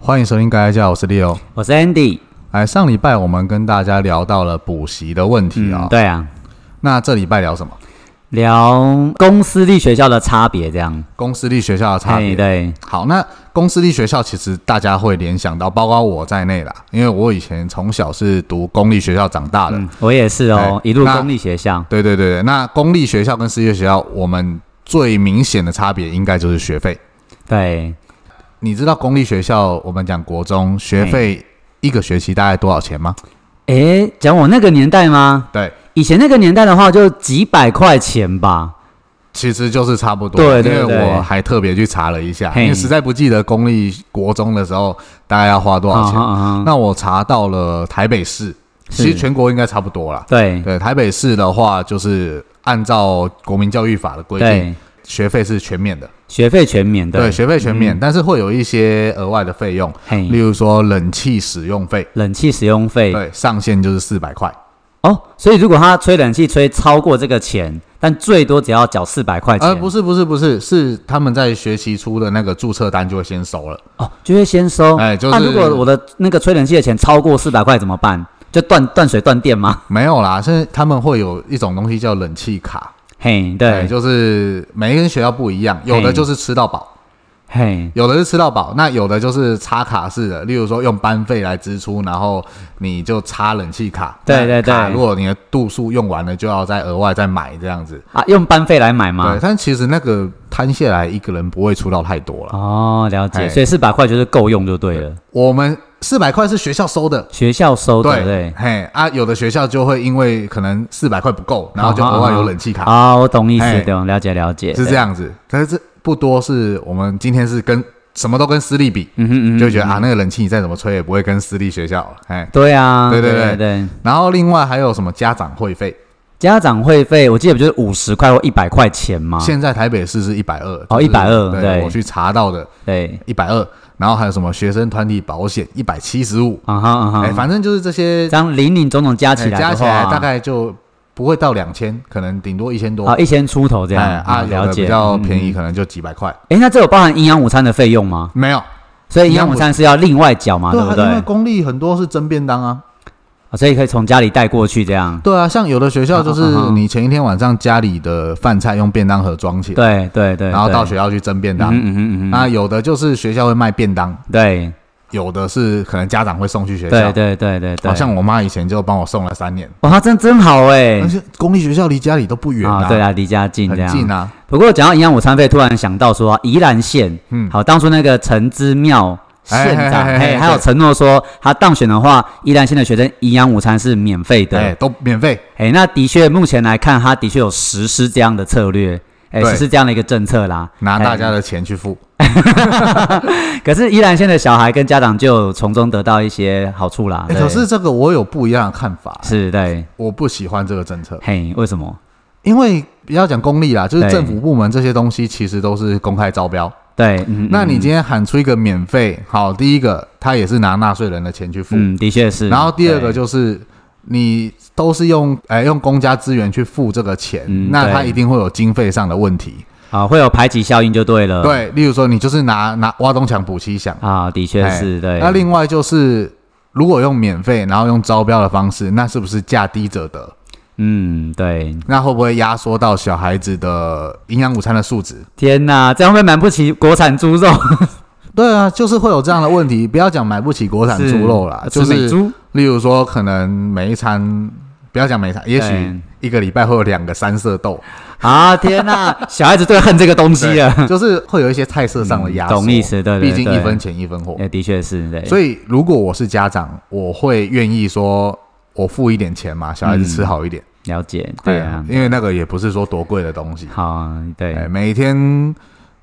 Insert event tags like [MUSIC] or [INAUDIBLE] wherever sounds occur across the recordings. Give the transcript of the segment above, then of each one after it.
欢迎收听《该家》，我是 Leo。我是 Andy。哎，上礼拜我们跟大家聊到了补习的问题啊、嗯，对啊，那这礼拜聊什么？聊公私立学校的差别，这样。公私立学校的差别。嘿对，好，那公私立学校其实大家会联想到，包括我在内啦，因为我以前从小是读公立学校长大的。嗯，我也是哦，嘿一路那公立学校。对对对对，那公立学校跟私立学校，我们最明显的差别应该就是学费。对，你知道公立学校，我们讲国中学费一个学期大概多少钱吗？诶，讲我那个年代吗？对，以前那个年代的话，就几百块钱吧。其实就是差不多。对对因为对我还特别去查了一下，因嘿为实在不记得公立国中的时候大概要花多少钱。啊哈啊哈那我查到了台北市，是其实全国应该差不多啦。对对，台北市的话，就是按照国民教育法的规定，对，学费是全免的。学费全免对，的。学费全嗯免，但是会有一些额外的费用，例嘿，如说冷气使用费，冷气使用费。对，上限就是四百块。哦，所以如果他吹冷气吹超过这个钱，但最多只要缴四百块钱。呃，不是，不是，不是，是他们在学期初的那个注册单就会先收了。哦，就会先收。哎就是那如果我的那个吹冷气的钱超过四百块怎么办？就断断水断电吗？ [LAUGHS] 没有啦，是他们会有一种东西叫冷气卡，嘿，对，哎就是每一间学校不一样，有的嘿就是吃到饱，嘿，有的是吃到饱，那有的就是插卡式的，例如说用班费来支出，然后你就插冷气卡。对那对对卡如果你的度数用完了，就要再额外再买这样子。啊，用班费来买对吗，？但其实那个摊下来一个人不会出到太多了。哦，了哎解，所以四百块就是够用就对了。我们四百块是学校收的，学校收的对对，嘿啊，有的学校就会因为可能四百块不够，然后就额外有冷气卡，啊，我懂意哎思，懂，了解了解，是这对，样子。但是这不多，是我们今天是跟什么都跟私立比，嗯哼嗯哼，就觉得啊，那个冷气你再怎么吹也不会跟私立学校，哎。对啊，对对对对对，然后另外还有什么家长会费？家长会费我记得不就是五十块或一百块钱吗？现在台北市是一百二，啊哦120对，对我去查到的对，一百二。然后还有什么学生团体保险一百七十五，啊哈啊哎，哈，反正就是这些这，样零零总总加起哎来加的起话，来大概就不会到两千，可能顶多一千多啊。一千出头这样哎啊，有了的解，嗯比较便宜。宜，可能就几百块。哎，那这有包含营养午餐的费用吗？没有，所以营养午餐是要另外缴嘛，对不啊，因为对？公立很多是蒸便当啊。啊所以可以从家里带过去这样。对啊，像有的学校就是啊啊啊你前一天晚上家里的饭菜用便当盒装起来，对对对，然后对到学校去蒸便当嗯。哼嗯哼嗯哼，那有的就是学校会卖便当，对，有的是可能家长会送去学校。对对对对对，好像我妈以前就帮我送了三年，哇，他真真好哎、但是公立学校离家里都不远啊，对啊，离家近这很样。近啊。不过讲到营养午餐费，突然想到说、啊宜兰县，嗯好，当初那个陈之妙哎县长，哎哎哎嘿，哎还有对承诺说，他当选的话，宜兰县的学生营养午餐是免费的。哎，都免费。哎，那的确，目前来看，他的确有实施这样的策略，哎，对实施这样的一个政策啦。拿哎大家的钱去付，可是宜兰县的小孩跟家长就有从中得到一些好处啦。哎啊对可是这个我有不一样的看法，是对，我不喜欢这个政策。嘿，为什么？因为不要讲公立啦，就是对政府部门这些东西其实都是公开招标。对，嗯、嗯那你今天喊出一个免费，好，第一个他也是拿纳税人的钱去付，嗯，的确是。然后第二个对就是你都是用哎、用公家资源去付这个钱，嗯那他对一定会有经费上的问题。啊，会有排挤效应就对了。对，例如说你就是拿拿挖东墙补西墙，啊，的确是哎对。那另外就是如果用免费，然后用招标的方式，那是不是价低者得？嗯，对，那会不会压缩到小孩子的营养午餐的素质？天哪，这样会不会买不起国产猪肉，对啊，就是会有这样的问题。不要讲买不起国产猪肉啦，就吃美是猪，例如说，可能每一餐，不要讲每一餐，也许对一个礼拜会有两个三色豆，啊，天 [LAUGHS] 哪，小孩子最恨这个东西了。对就是会有一些菜色上的压缩、嗯懂意思对对毕竟一对分钱一分货。也哎的确是对，所以，如果我是家长，我会愿意说，我付一点钱嘛，小孩子吃好一点。了解，嗯对啊，因为那个也不是说多贵的东西。好，哎，对，每天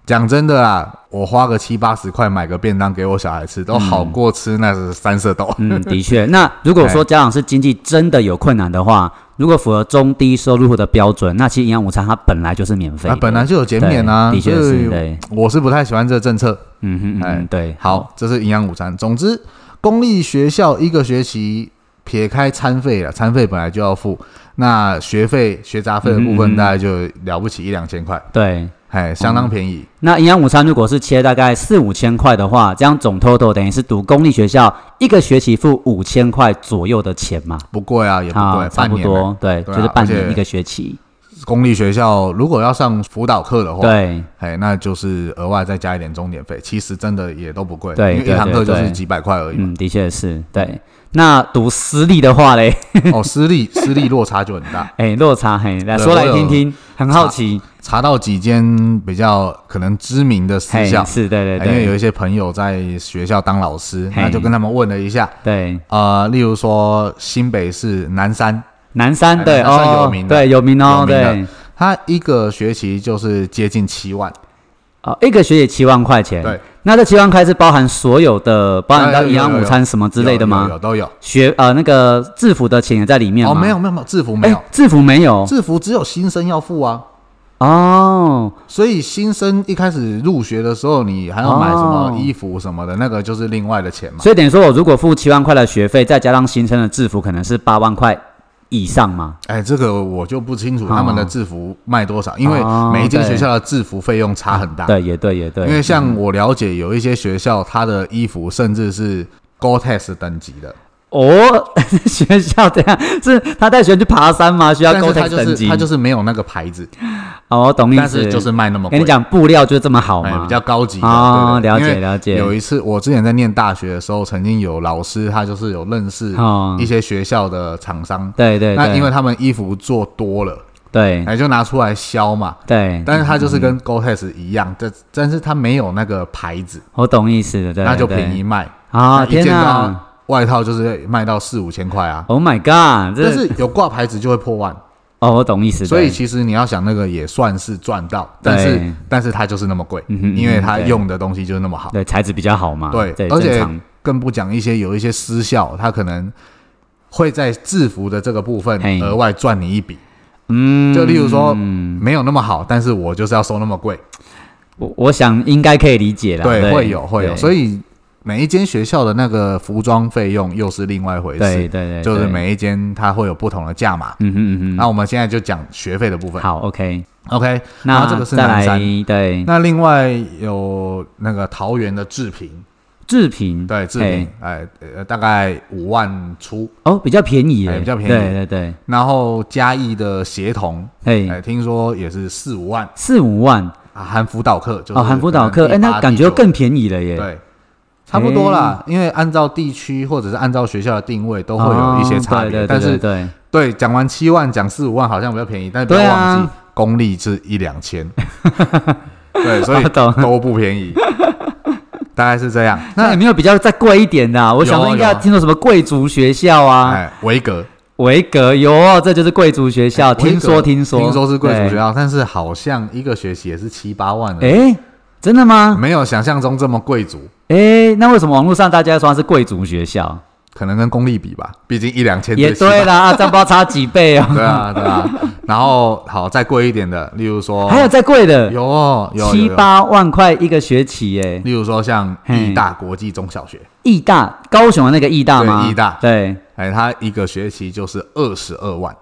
讲真的啦，我花个七八十块买个便当给我小孩吃，都好过吃那是三色豆。 [LAUGHS] 嗯，的确。那如果说家长是经济真的有困难的话，如果符合中低收入户的标准，那其实营养午餐它本来就是免费啊，的，本来就有减免啊，对的确所以是对，我是不太喜欢这个政策。嗯哼嗯哎哼，对，好，这是营养午餐。总之，公立学校一个学期撇开餐费了，餐费本来就要付，那学费、学杂费的部嗯嗯分嗯大概就了不起一两千块。对，哎，相当便宜。那营养午餐如果是切大概四五千块的话，这样总 total 等于是读公立学校一个学期付五千块左右的钱嘛？不贵啊，也不贵，差半不年欸多，对，对啊就是半而年且一个学期，公立学校如果要上辅导课的话，，对哎，那就是额外再加一点钟点费，其实真的也都不贵，对因为对一堂课就对是对几百块而已嘛。嗯，的确是对。那读私立的话嘞， [LAUGHS] 哦，私立私立落差就很大，哎，落差嘿，来对说来我有听听，很好奇，查到几间比较可能知名的私嘿，校，是，对对因为有对，一些朋友在学校当老师，嘿那就跟他们问了一下，对呃，例如说新北市南山，南山哎对南山算哦有名，的对有名哦，有名的对，它一个学期就是接近七万，哦，一个学期七万块钱，对，那这七万块是包含所有的，包含哎到有营养有午有餐什么之类的有吗？有有都有。学呃那个制服的钱也在里面吗？哦，没有，没有没有，制服没哎、有，制服没有制服只有新生要付啊。哦，所以新生一开始入学的时候，你还要买什哦么衣服什么的，那个就是另外的钱嘛。所以等于说我如果付七万块的学费，再加上新生的制服，可能是八万块以上嘛？哎，这个我就不清楚哦他们的制服卖多少，因为哦每一间对学校的制服费用差很大。对，也对，也对，啊因为像我了解，有一些学校它的衣服甚至是 Gore-Tex 等级的，哦， [LAUGHS] 学校这样是他带学生去爬山吗？需要但够是它等就级？是它就是没有那个牌子，哦，我懂意思，但是就是卖那么贵。跟你讲布料就是这么好哎，嘛，比较高级的哦对对了解因为了解有一次我之前在念大学的时候，曾经有老师他就是有认识哦一些学校的厂商，对对那对，嗯因为他们衣服做多了，对哎，就拿出来销嘛。对，但是它就是嗯跟 GoTex 一样，但但是它没有那个牌子，我懂意思的，对，那就对便宜卖啊！那一天件哪到外套就是卖到四五千块啊， ，Oh my God，这但是有挂牌子就会破万，哦，我懂意思，所以对其实你要想那个也算是赚到，但对是但是它就是那么贵，嗯哼因为它嗯哼对用的东西就是那么好。对材质比较好嘛，对，而正且常。更不讲一些有一些私校，他可能会在制服的这个部分嘿额外赚你一笔。嗯，就例如说，没有那么好，但是我就是要收那么贵，我我想应该可以理解啦。对，对，会有会有，所以以每一间学校的那个服装费用又是另外一回对对事，对，就是对，每一间它会有不同的价码。嗯哼嗯那我们现在就讲学费的部哼，分好，OK， ，OK？然那后这个是再南来山，对那另外有那个桃园的志平，制品，对志嘿平，哎，呃大概五万出，哦，比较便宜耶，哎比较便宜对对对，然后嘉义的协同，哎、嘿，听说也是四五万四五万啊，含辅导课就是哦，含辅导课，可哎，能第八那感觉第九更便宜了耶，对，差不多啦。因为按照地区或者是按照学校的定位，都会有一些差别。哦对对对但是对对，讲完七万，讲四五万好像比较便宜，但是不对要啊忘记、公立是一两 [LAUGHS] 千，对，所以我懂都不便宜，大概是这样。 [LAUGHS] 那那有没有比较再贵一点的啊？我想说应该要有啊听说什么贵族学校啊，哎，维格维格有哦，这就是贵族学哎维校，哦听格说听说听说是贵族学校，校，但是好像一个学期也是七八万了。哎，真的吗？没有想象中这么贵族，诶，那为什么网络上大家说它是贵族学校？可能跟公立比吧，毕竟一两千也七八对啦，啊，这样不知道差几倍哦。 [LAUGHS] 对啊，对啊。然后好，再贵一点的，例如说，还有再贵的，有哦有有七有八万块一个学期耶。例如说像义大国际中小学，义大，高雄的那个义大吗？对义大对哎，它一个学期就是二十二万，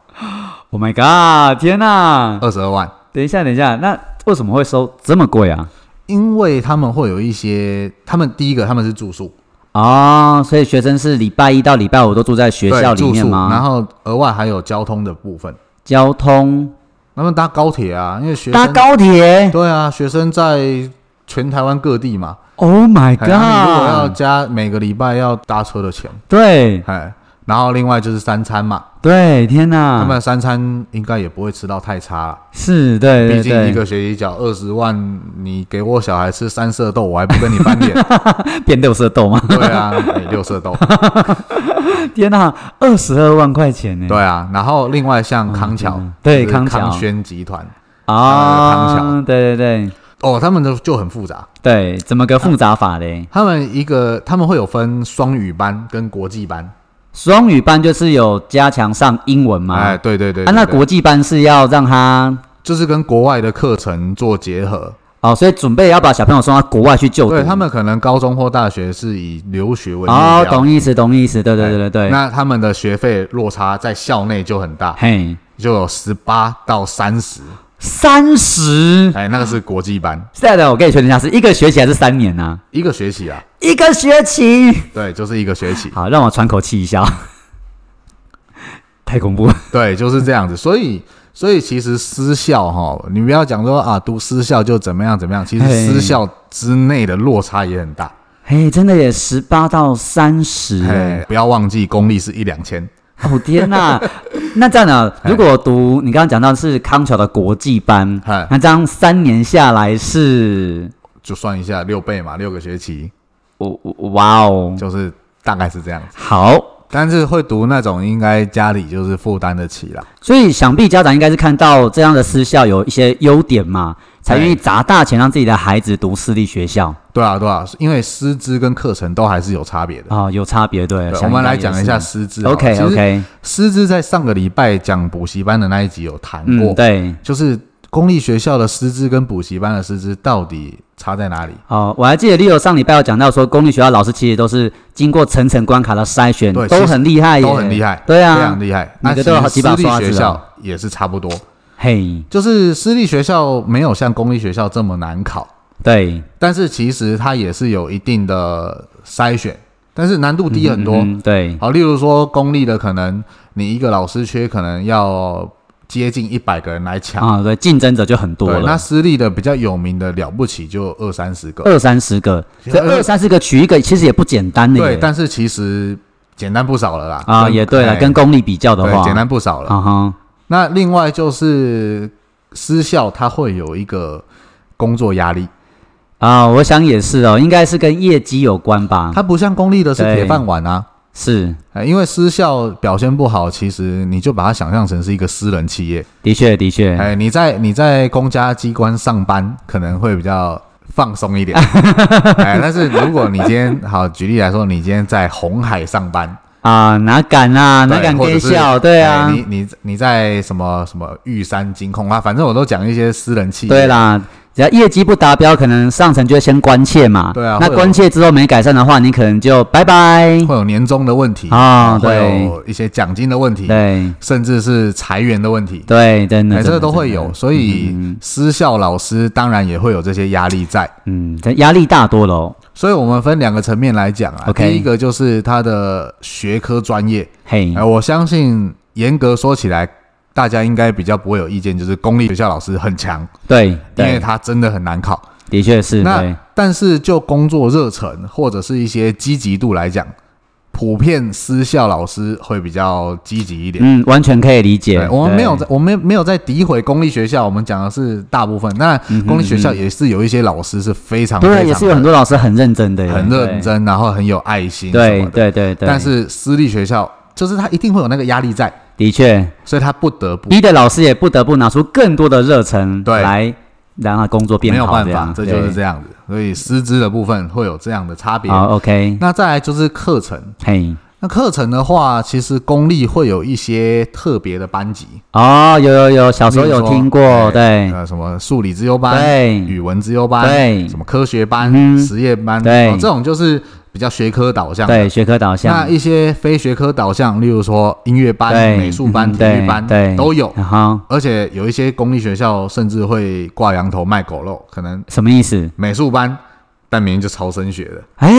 ，Oh my god，天哪、二十二万，等一下，等一下，那为什么会收这么贵啊？因为他们会有一些，他们第一个他们是住宿，哦，所以学生是礼拜一到礼拜五都住在学对，校里住面宿，然吗？后额外还有交通的部分，交通他们搭高铁啊，因为学搭生，高铁对啊，学生在全台湾各地嘛， ，Oh my 哎那你如果要 god，加每个礼拜要搭车的钱，对哎，然后另外就是三餐嘛，对，天哪、他们的三餐应该也不会吃到太差啦，是，对毕对竟一对，个学期缴二十万，你给我小孩吃三色豆，我还不跟你翻 [LAUGHS] 脸？变六色豆吗？对啊，哎六色豆， [LAUGHS] 天呐、二十二万块钱呢！对啊。然后另外像康桥嗯，对就是康桥康轩集团，啊、那个康对对哦，他们的就很复杂，对对，怎么个复杂法嘞？他们一个他们会有分双语班跟国际班，双语班就是有加强上英文嘛，哎，对对对，啊，那对对国际班是要让他就是跟国外的课程做结合，哦，所以准备要把小朋友送到国外去就读，对他们可能高中或大学是以留学为目标哎哦，，懂意思，懂意思，对对对对对，那他们的学费落差在校内就很大，嘿，就有十八到三十，三十。哎，那个是国际班，是的，我跟你确定一下，是一个学期还是三年呢、一个学期啊，一个学期。对，就是一个学期，好，让我喘口气一下。 [LAUGHS] 太恐怖了， [LAUGHS] 对，就是这样子。所以，所以其实私校哈，你不要讲说啊，读私校就怎么样怎么样，其实嘿私校之内的落差也很大。嘿，真的耶，十八到三十，哎，不要忘记公立是一两千，哦天呐， [LAUGHS] 那这样呢？哎如果我读你刚刚讲到是康桥的国际班，哎那这样三年下来是，就算一下六倍嘛，六个学期我我哇哦，就是大概是这样子。好，但是会读那种，应该家里就是负担得起啦。所以想必家长应该是看到这样的私校有一些优点嘛，才愿意砸大钱让自己的孩子读私立学校对啊，对啊，因为师资跟课程都还是有差别的。啊、有差别对。对想我们应该来也讲一是下师资好了。 ，OK 其实 OK，师资在上个礼拜讲补习班的那一集有谈过，嗯，对。就是公立学校的师资跟补习班的师资到底差在哪里？哦，我还记得 Leo 上礼拜有讲到说，公立学校老师其实都是经过层层关卡的筛选，对都很厉害耶，都很厉害，哎对非啊常，厉害。每那个都有好其几实把私立刷子学啊校也是差不多，嘿，就是私立学校没有像公立学校这么难考，对，嗯但是其实它也是有一定的筛选，但是难度低很多。嗯嗯对，好，例如说公立的，可能你一个老师缺，可能要接近一百个人来抢。啊，对，竞争者就很多对，那了，私立的比较有名的了不起就二三十个，二三十个，其实所以二三十个取一个其实也不简单的耶，对，但是其实简单不少了啦。啊，跟也对了，哎跟公立比较的对话，简单不少了。啊哈，那另外就是私校，它会有一个工作压力，啊，我想也是哦，应该是跟业绩有关吧，它不像公立的是啊对铁饭碗啊。是，哎因为私校表现不好，其实你就把它想象成是一个私人企业。的确的确，哎，你在你在公家机关上班可能会比较放松一 [LAUGHS] 点。哎，但是如果你今天好举例来说，你今天在红海上班，啊，哪敢啊，哪对敢或者给是笑，对啊哎，你你你在什么什么玉山金控啊，反正我都讲一些私人企业。对，啦，只要业绩不达标，可能上层就会先关切嘛。对啊那会有关切之后没改善的话，你可能就拜拜。会有年终的问题啊会对有一些奖金的问题，对甚至是裁员的问题。对，真的，哎，这真的个嗯都会有，。所以私校老师当然也会有这些压力在。真的嗯，这压力大多了哦。所以我们分两个层面来讲啊。 OK 第一个就是他的学科专业，嘿哎，，我相信严格说起来，大家应该比较不会有意见，就是公立学校老师很强，对因为对，他真的很难考。的确是。对那但是就工作热忱或者是一些积极度来讲，普遍私校老师会比较积极一点。嗯，完全可以理解对，。我们没有对在，我们没有在诋毁公立学校，我们讲的是大部分。那公立学校也是有一些老师是非常非常对，啊也是有很多老师很认真的耶，很认真，然后很有爱心对。什对么的。对对对，但是私立学校就是他一定会有那个压力在，的确，所以他不得不逼的老师也不得不拿出更多的热忱对来让他工作变没有好。办这法样，这就是对这样子。所以师资的部分会有这样的差别。好，OK，那再来就是课程，嘿，那课程的话，其实公立会有一些特别的班级，哦，有有有，小时候有听例如过，说对，呃，什么数理资优班、对，语文资优班，对什么科学班、嗯实验班，对哦这种就是比较学科导向的。对，学科导向，那一些非学科导向，例如说音乐班、对美术班、嗯体育班，对对都有。然后而且有一些公立学校甚至会挂羊头卖狗肉，可能什么意思？美术班，但明明就超升学的。哎，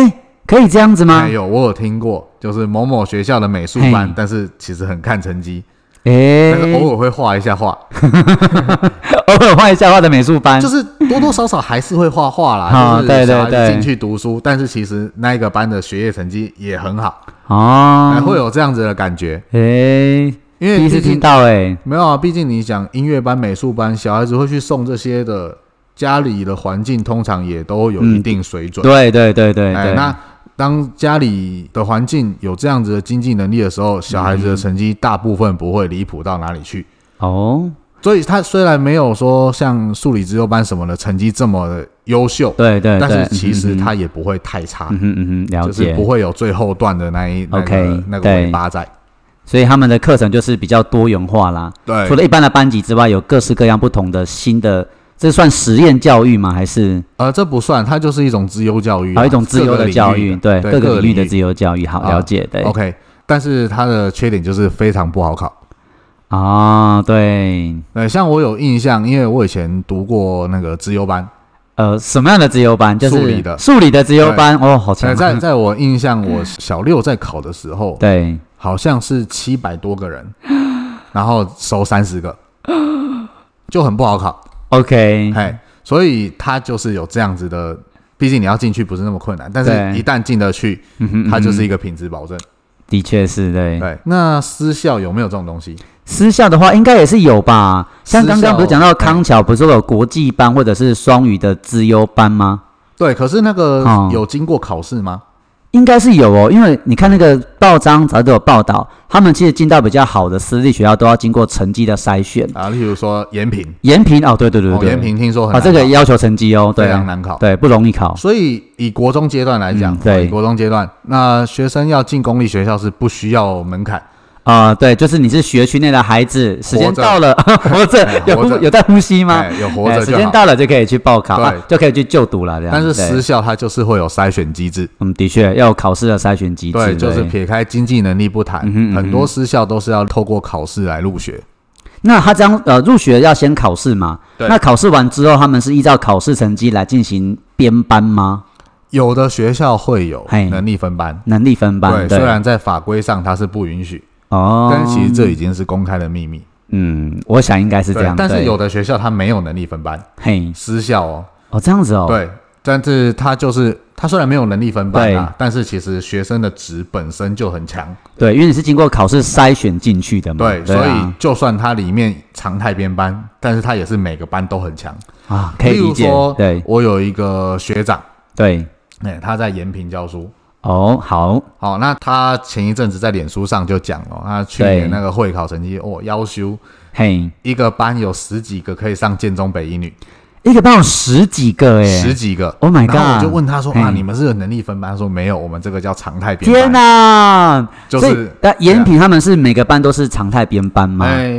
可以这样子吗还？有我有听过，就是某某学校的美术班啊嘿，但是其实很看成绩。哎但，是偶尔会画一下画， [LAUGHS] 偶尔画一下画的美术班，就是多多少少还是会画画啦。嗯啊就是对对小孩子对进去读书，但是其实那一个班的学业成绩也很好，还会哦，有这样子的感觉。哎，因第为一毕次竟听到哎，没有啊，毕竟你讲音乐班、美术班，小孩子会去送这些的，家里的环境通常也都有一定水准。嗯对对对对哎，对，那当家里的环境有这样子的经济能力的时候，小孩子的成绩大部分不会离谱到哪里去。哦，所以他虽然没有说像数理资优班什么的成绩这么优秀，对对但对，是其实嗯他也不会太差，嗯哼嗯哼，了就是解不。会有最后段的那一那 OK，个那个对尾巴在。所以他们的课程就是比较多元化啦，对除了一般的班级之外，有各式各样不同的新的，这算实验教育吗？还是呃，这不算，它就是一种资优教育啊，哦还有一种自由各个的领域教育？对，各各个领域的自自由教育，好啊了解，对。 OK，但是它的缺点就是非常不好考。啊、对，对，像我有印象，因为我以前读过那个资优 [LAUGHS] 班，呃，什么样的资优班？就是数理的数理的资优班哦，好强呃啊！在 [LAUGHS] 在我印象，我小六在考的时候，对，好像是七百多个人，然后收三十 [LAUGHS] 个，就很不好考。 OK，哎，所以他就是有这样子的，毕竟你要进去不是那么困难，但是对一旦进得去，嗯 [LAUGHS] 哼，它就是嗯一个品质保证。哼的确是对。对，那私校有没有这种东西？私校的话，应该也是有吧？像刚刚不是讲到私校康桥，不是有国际班或者是双语的资优班吗？对，可是那个哦有经过考试吗？应该是有哦，因为你看那个报章早就有报道，他们其实进到比较好的私立学校都要经过成绩的筛选。啊，例如说延平，延平哦，对对对哦，对，延平听说很啊，难这个考要求成绩哦，对非常难考。对，不容易考。所以以国中阶段来讲，哦嗯对以国中阶段，那学生要进公立学校是不需要门槛，啊、对，就是你是学区内的孩子，时间活着到了， [LAUGHS] 活着哎有活呼着有在呼吸吗？哎有活哎着时就间好。到了就可以去报考，对啊、就可以去就读了。这样，但是对私校它就是会有筛选机制，嗯，的确要有考试的筛选机制，对，就是撇开经济能力不谈嗯哼嗯，哼很多私校都是要透过考试来入学。那他这样呃，入学要先考试嘛？对那考试完之后，他们是依照考试成绩来进行编班吗？有的学校会有嘿能力分班，能力分班？对，虽然在法规上它是不允许，哦，但是其实这已经是公开的秘密。嗯，我想应该是这对样。但是对有的学校它没有能力分班，嘿私校哦，哦这样子哦，对，但是它就是它虽然没有能力分班啊对，但是其实学生的值本身就很强，对因为你是经过考试筛选进去的嘛，对，对所以啊就算它里面常态编班，但是它也是每个班都很强。啊可以例理如解说，，对我有一个学长，对哎、他在延平教书。哦好好、那他前一阵子在脸书上就讲了、哦，他去对年那个会考成绩哦，要修嘿，一个班有十几个可以上建中北一女，一个班有十几个哎，十几个。 ，Oh my 然后我 god！就问他说嘿啊，你们是有能力分班？他说没有，我们这个叫常态编班。天哪，哪！就所以是啊那延平他们是每个班都是常态编班吗？哎，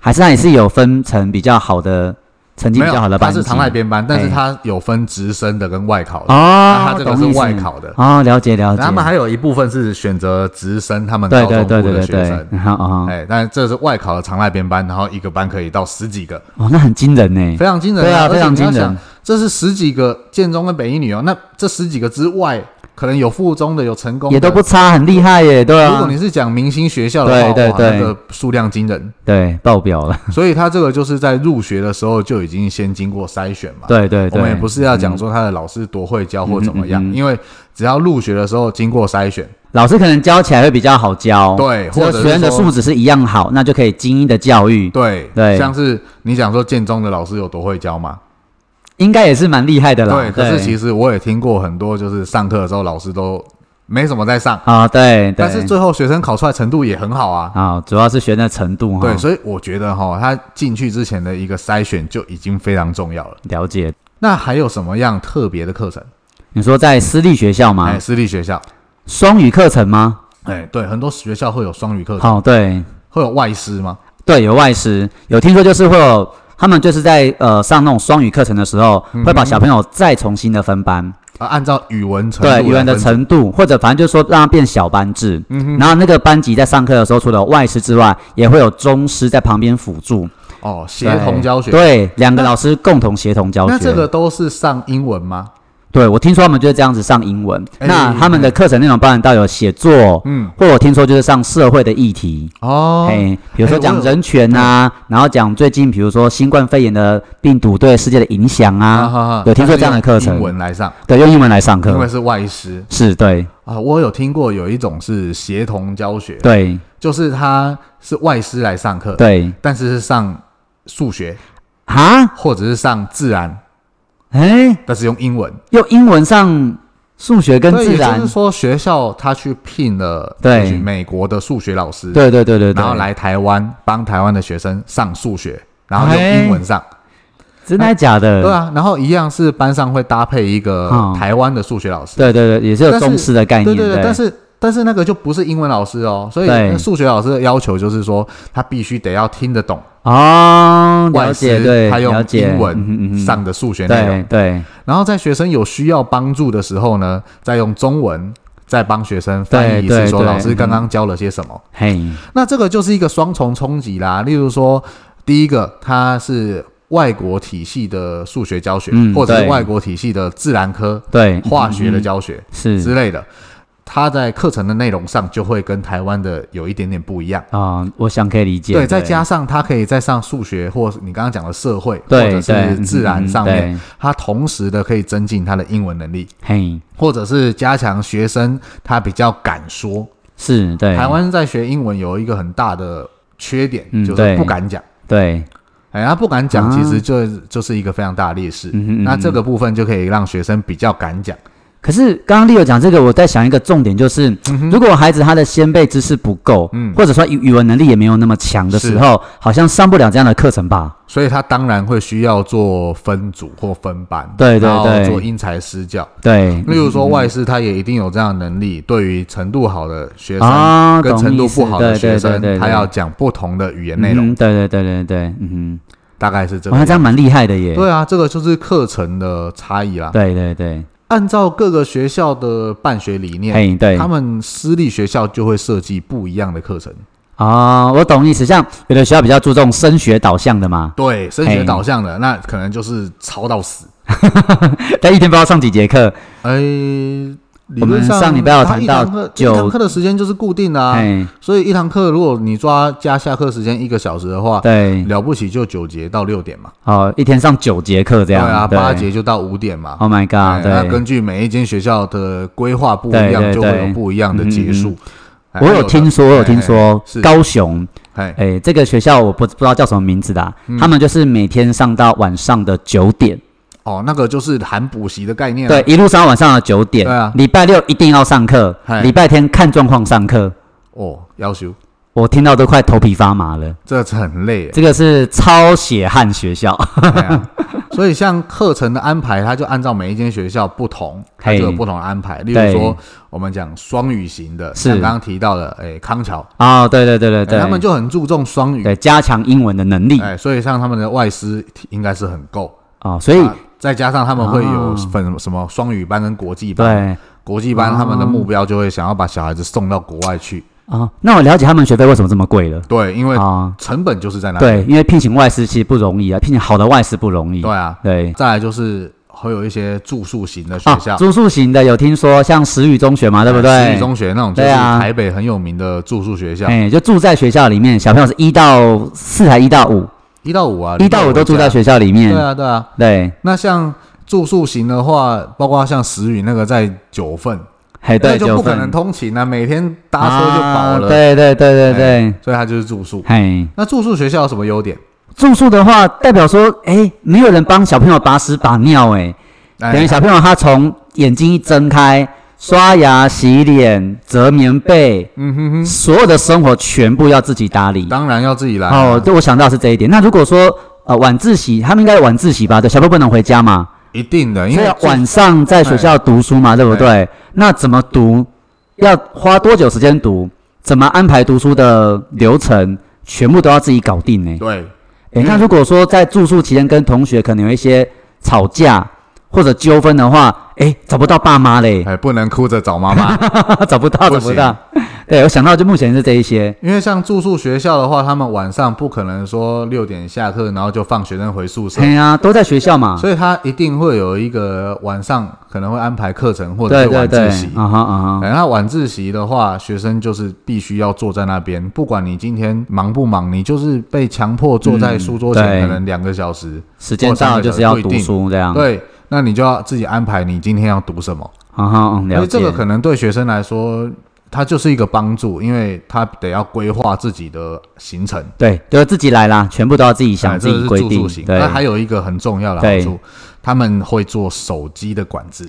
还是那也是有分成比较好的成绩没比较好有，的他班级？是常态编班，但是嘿他有分直升的跟外考的，那哦，啊他这个懂是意思外考的。哦，了解了然解。后他们还有一部分是选择直升他们对高中对对部的对对学对生，，然后哦哎，但这是外考的常态编班，然后一个班可以到十几个，哦，那很惊人呢。非常惊人、对啊，而且非常你要惊想人。这是十几个建中跟北一女哦，那这十几个之外，可能有附中的，有成功的，也都不。差，很厉害耶，对如果啊你，是讲明星学校的话，对对哇对那个数量惊 [LAUGHS] 人，对，爆表了，所以他这个就是在入学的时候就已经先经过筛选嘛。对对对，我们也不是要讲说他的老师多会教或怎么样，嗯嗯嗯嗯因为只要入学的时候经过筛选，老师可能教起来会比较好教，对只要或者是学生的说素质是一样好，那就可以精英的教育，对对像是你讲说建中的老师有多会教嘛，应该也是蛮厉害的啦。对。可是其实实我也听过很多，就是上课的时候老师都没什么在上，啊，对，对但是最后学生考出来程度也很好啊。啊，主要是学生的程度哈对，，所以我觉得哈，他进去之前的一个筛选就已经非常重要了。了解。那还有什么样特别的课程？你说在私立学校吗哎，？私立学校，双语课程吗？哎，对，很多学校会有双语课程，好、对会有外师吗？对，有外师，有听说就是会有他们就是在呃上那种双语课程的时候，嗯会把小朋友再重新的分班，啊，按照语文程度来对分嗯语文的程度，或者反正就是说让他变小班制。然后那个班级在上课的时候，除了有外师之外，也会有中师在旁边辅助，哦，协同教学。对，两个那老师共同协同教学。那这个都是上英文吗？对我听说他们就是这样子上英文，哎那他们的课程内容包含到有写作，嗯，或者我听说就是上社会的议题。哦，嘿，比如说哎我讲有人权啊，然后讲最近比如说新冠肺炎的病毒对世界的影响啊啊，哈哈有听说这样的课程它是用嗯英文来上，对，用英文来上因为课，是外师是对啊。我有听过有一种是协同教学，对就是他是外师来上课，对但是是上数学啊，或者是上自然，哎，但是用英文。用英文上数学跟对自也然就是，说学校他去聘了对也许美国的数学老师，对对对对然后对，来台湾帮台湾的学生上数学，然后用英文上，哎真的假的？对啊，然后一样是班上会搭配一个哦台湾的数学老师，对对对，也是有但是中式的概对念，对对，但是。但是那个就不是英文老师哦，所以对那数学老师的要求就是说，他必须得要听得懂哦，外了解，师对，他了用解，英嗯哼嗯文哼上的数学内容对，对然后在学生有需要帮助的时候呢，再用中文在帮学生翻译一次，对说对老师嗯刚刚教了些什么。嘿，那这个就是一个双重冲击啦。例如说，第一个它是外国体系的数学教学，嗯或者是对外国体系的自然科、对，嗯化学的教学之是类的，它在课程的内容上就会跟台湾的有一点点不一样。啊、我想可以理解。对，再加上它可以再上数学，或是你刚刚讲的社会，或对者对是自然嗯上面，对它同时的可以增进他的英文能力，嘿，或者是加强学生他比较敢说。是对台湾在学英文有一个很大的缺点，嗯就是对不敢讲。对，哎，他不敢讲，啊其实就、就是一个非常大的劣势。嗯哼嗯哼那这个部分就可以让学生比较敢讲。可是刚刚丽友讲这个，我在想一个重点，就是、如果孩子他的先辈知识不够，嗯或者说语语文能力也没有那么强的时候，好像上不了这样的课程吧？所以他当然会需要做分组或分班，对对然后对嗯做因材施教。对，例如说外师，他也一定有这样的能力，对于程度好的学生、啊跟懂程度意思不好的对学对生，对对对他要讲不同的语言内嗯容，哼对对对对对，嗯大概是这个哼，哇，样这子。样蛮厉害的耶。对啊，这个就是课程的差异啦。对对对，按照各个学校的办学理念，嘿，对他们私立学校就会设计不一样的课程。哦，我懂意思。像有的学校比较注重升学导向的嘛，对，升学嘿导向的那可能就是抄到死。但一天不知道上几节课，哎，理我们论上上礼拜有他谈一堂到课九一堂课的时间就是固定的啊，嘿，所以一堂课如果你抓加下课时间一个小时的话，对，了不起就九节到六点嘛，哦，一天上九节课这对样，啊，八节就到五点嘛。 ，Oh my 哎 god，那对。根据每一间学校的规划不一对样，对就会对有不一样的结嗯束。哎我有听说，我有听，说是，高雄，哎哎，哎、这个学校我不不知道叫什么名字的啊、嗯他们就是每天上到晚上的九点，哦，那个就是含补习的概念啊。对，一路上到晚上的九点，对啊礼拜六一定要上课嗨，礼拜天看状况上课，哦，要求我听到都快头皮发麻了，这是很累耶，啊 [LAUGHS] 这个是超血汗学校， [LAUGHS] 对啊，所以像课程的安排，它就按照每一间学校不同，它嘿就有不同的安排。例如对说，我们讲双语型的，是像刚刚提到的，哎，康桥，哦，对对对对对，哎他们就很注重双语，对加强英文的能力哎，所以像他们的外师应该是很够，哦，所以、啊再加上他们会有哦分什么双语班跟国际班，对。国际班他们的目标就会想要把小孩子送到国外去，哦，那我了解他们学费为什么这么贵了对，因为啊、成本就是在那里，对，因为聘请外师其实不容易啊，聘请好的外师不容易。对啊，对，再来就是会有一些住宿型的学啊，校。住宿型的有听说，像石宇中学嘛，对不哎对？私立中学那种就是对啊台北很有名的住宿学校，哎、就住在学校里面，小朋友是一到四还一到五，一到五啊，一到五都住在校。学校里面。对啊，对啊。对，那像住宿型的话，包括像石宇那个在九份，还对那就九不可能份，通勤啊，每天搭车就饱了。啊对对对哎对对，所以它就是住宿。嘿，那住宿学校有什么优点？住宿的话，代表说，哎、没有人帮小朋友把屎把尿、哎，等于哎，小朋友他从眼睛一睁开，刷牙、洗脸、折棉被，嗯哼哼，所有的生活全部要自己打理。当然要自己来啊。哦，对，我想到是这一点。那如果说呃晚自习，他们应该有晚自习吧？对，小朋友不能回家嘛，一定的，因所以为哎要住晚上在学校读书嘛，对不对？那怎么读？要花多久时间读？怎么安排读书的流程？全部都要自己搞定呢。对诶，那如果说在住宿期间跟同学可能有一些吵架或者纠纷的话，诶，找不到爸妈嘞， [LAUGHS] [LAUGHS] 哎，不能哭着找妈妈， [LAUGHS] 找不到，不找行不到。对，我想到就目前是这一些。因为像住宿学校的话，他们晚上不可能说六点下课，然后就放学生回宿舍哎。呀、都在学校嘛。嗯所以他一定会有一个晚上可能会安排课程或者对是对晚对自习。，啊哈啊哈，然后晚自习的话，学生就是必须要坐在那边，不管你今天忙不忙，你就是被强迫坐在书桌嗯前，对可能两个小时。时间到了就是要读书这样。对，那你就要自己安排你今天要读什么。啊哈，嗯，因了为解。这个可能对学生来说，它就是一个帮助，因为他得要规划自己的行程。对，就是自己来啦，全部都要自己哎想、这自个己是规住定宿型。。啊对，那还有一个很重要的好对处，他们会做手机的管制。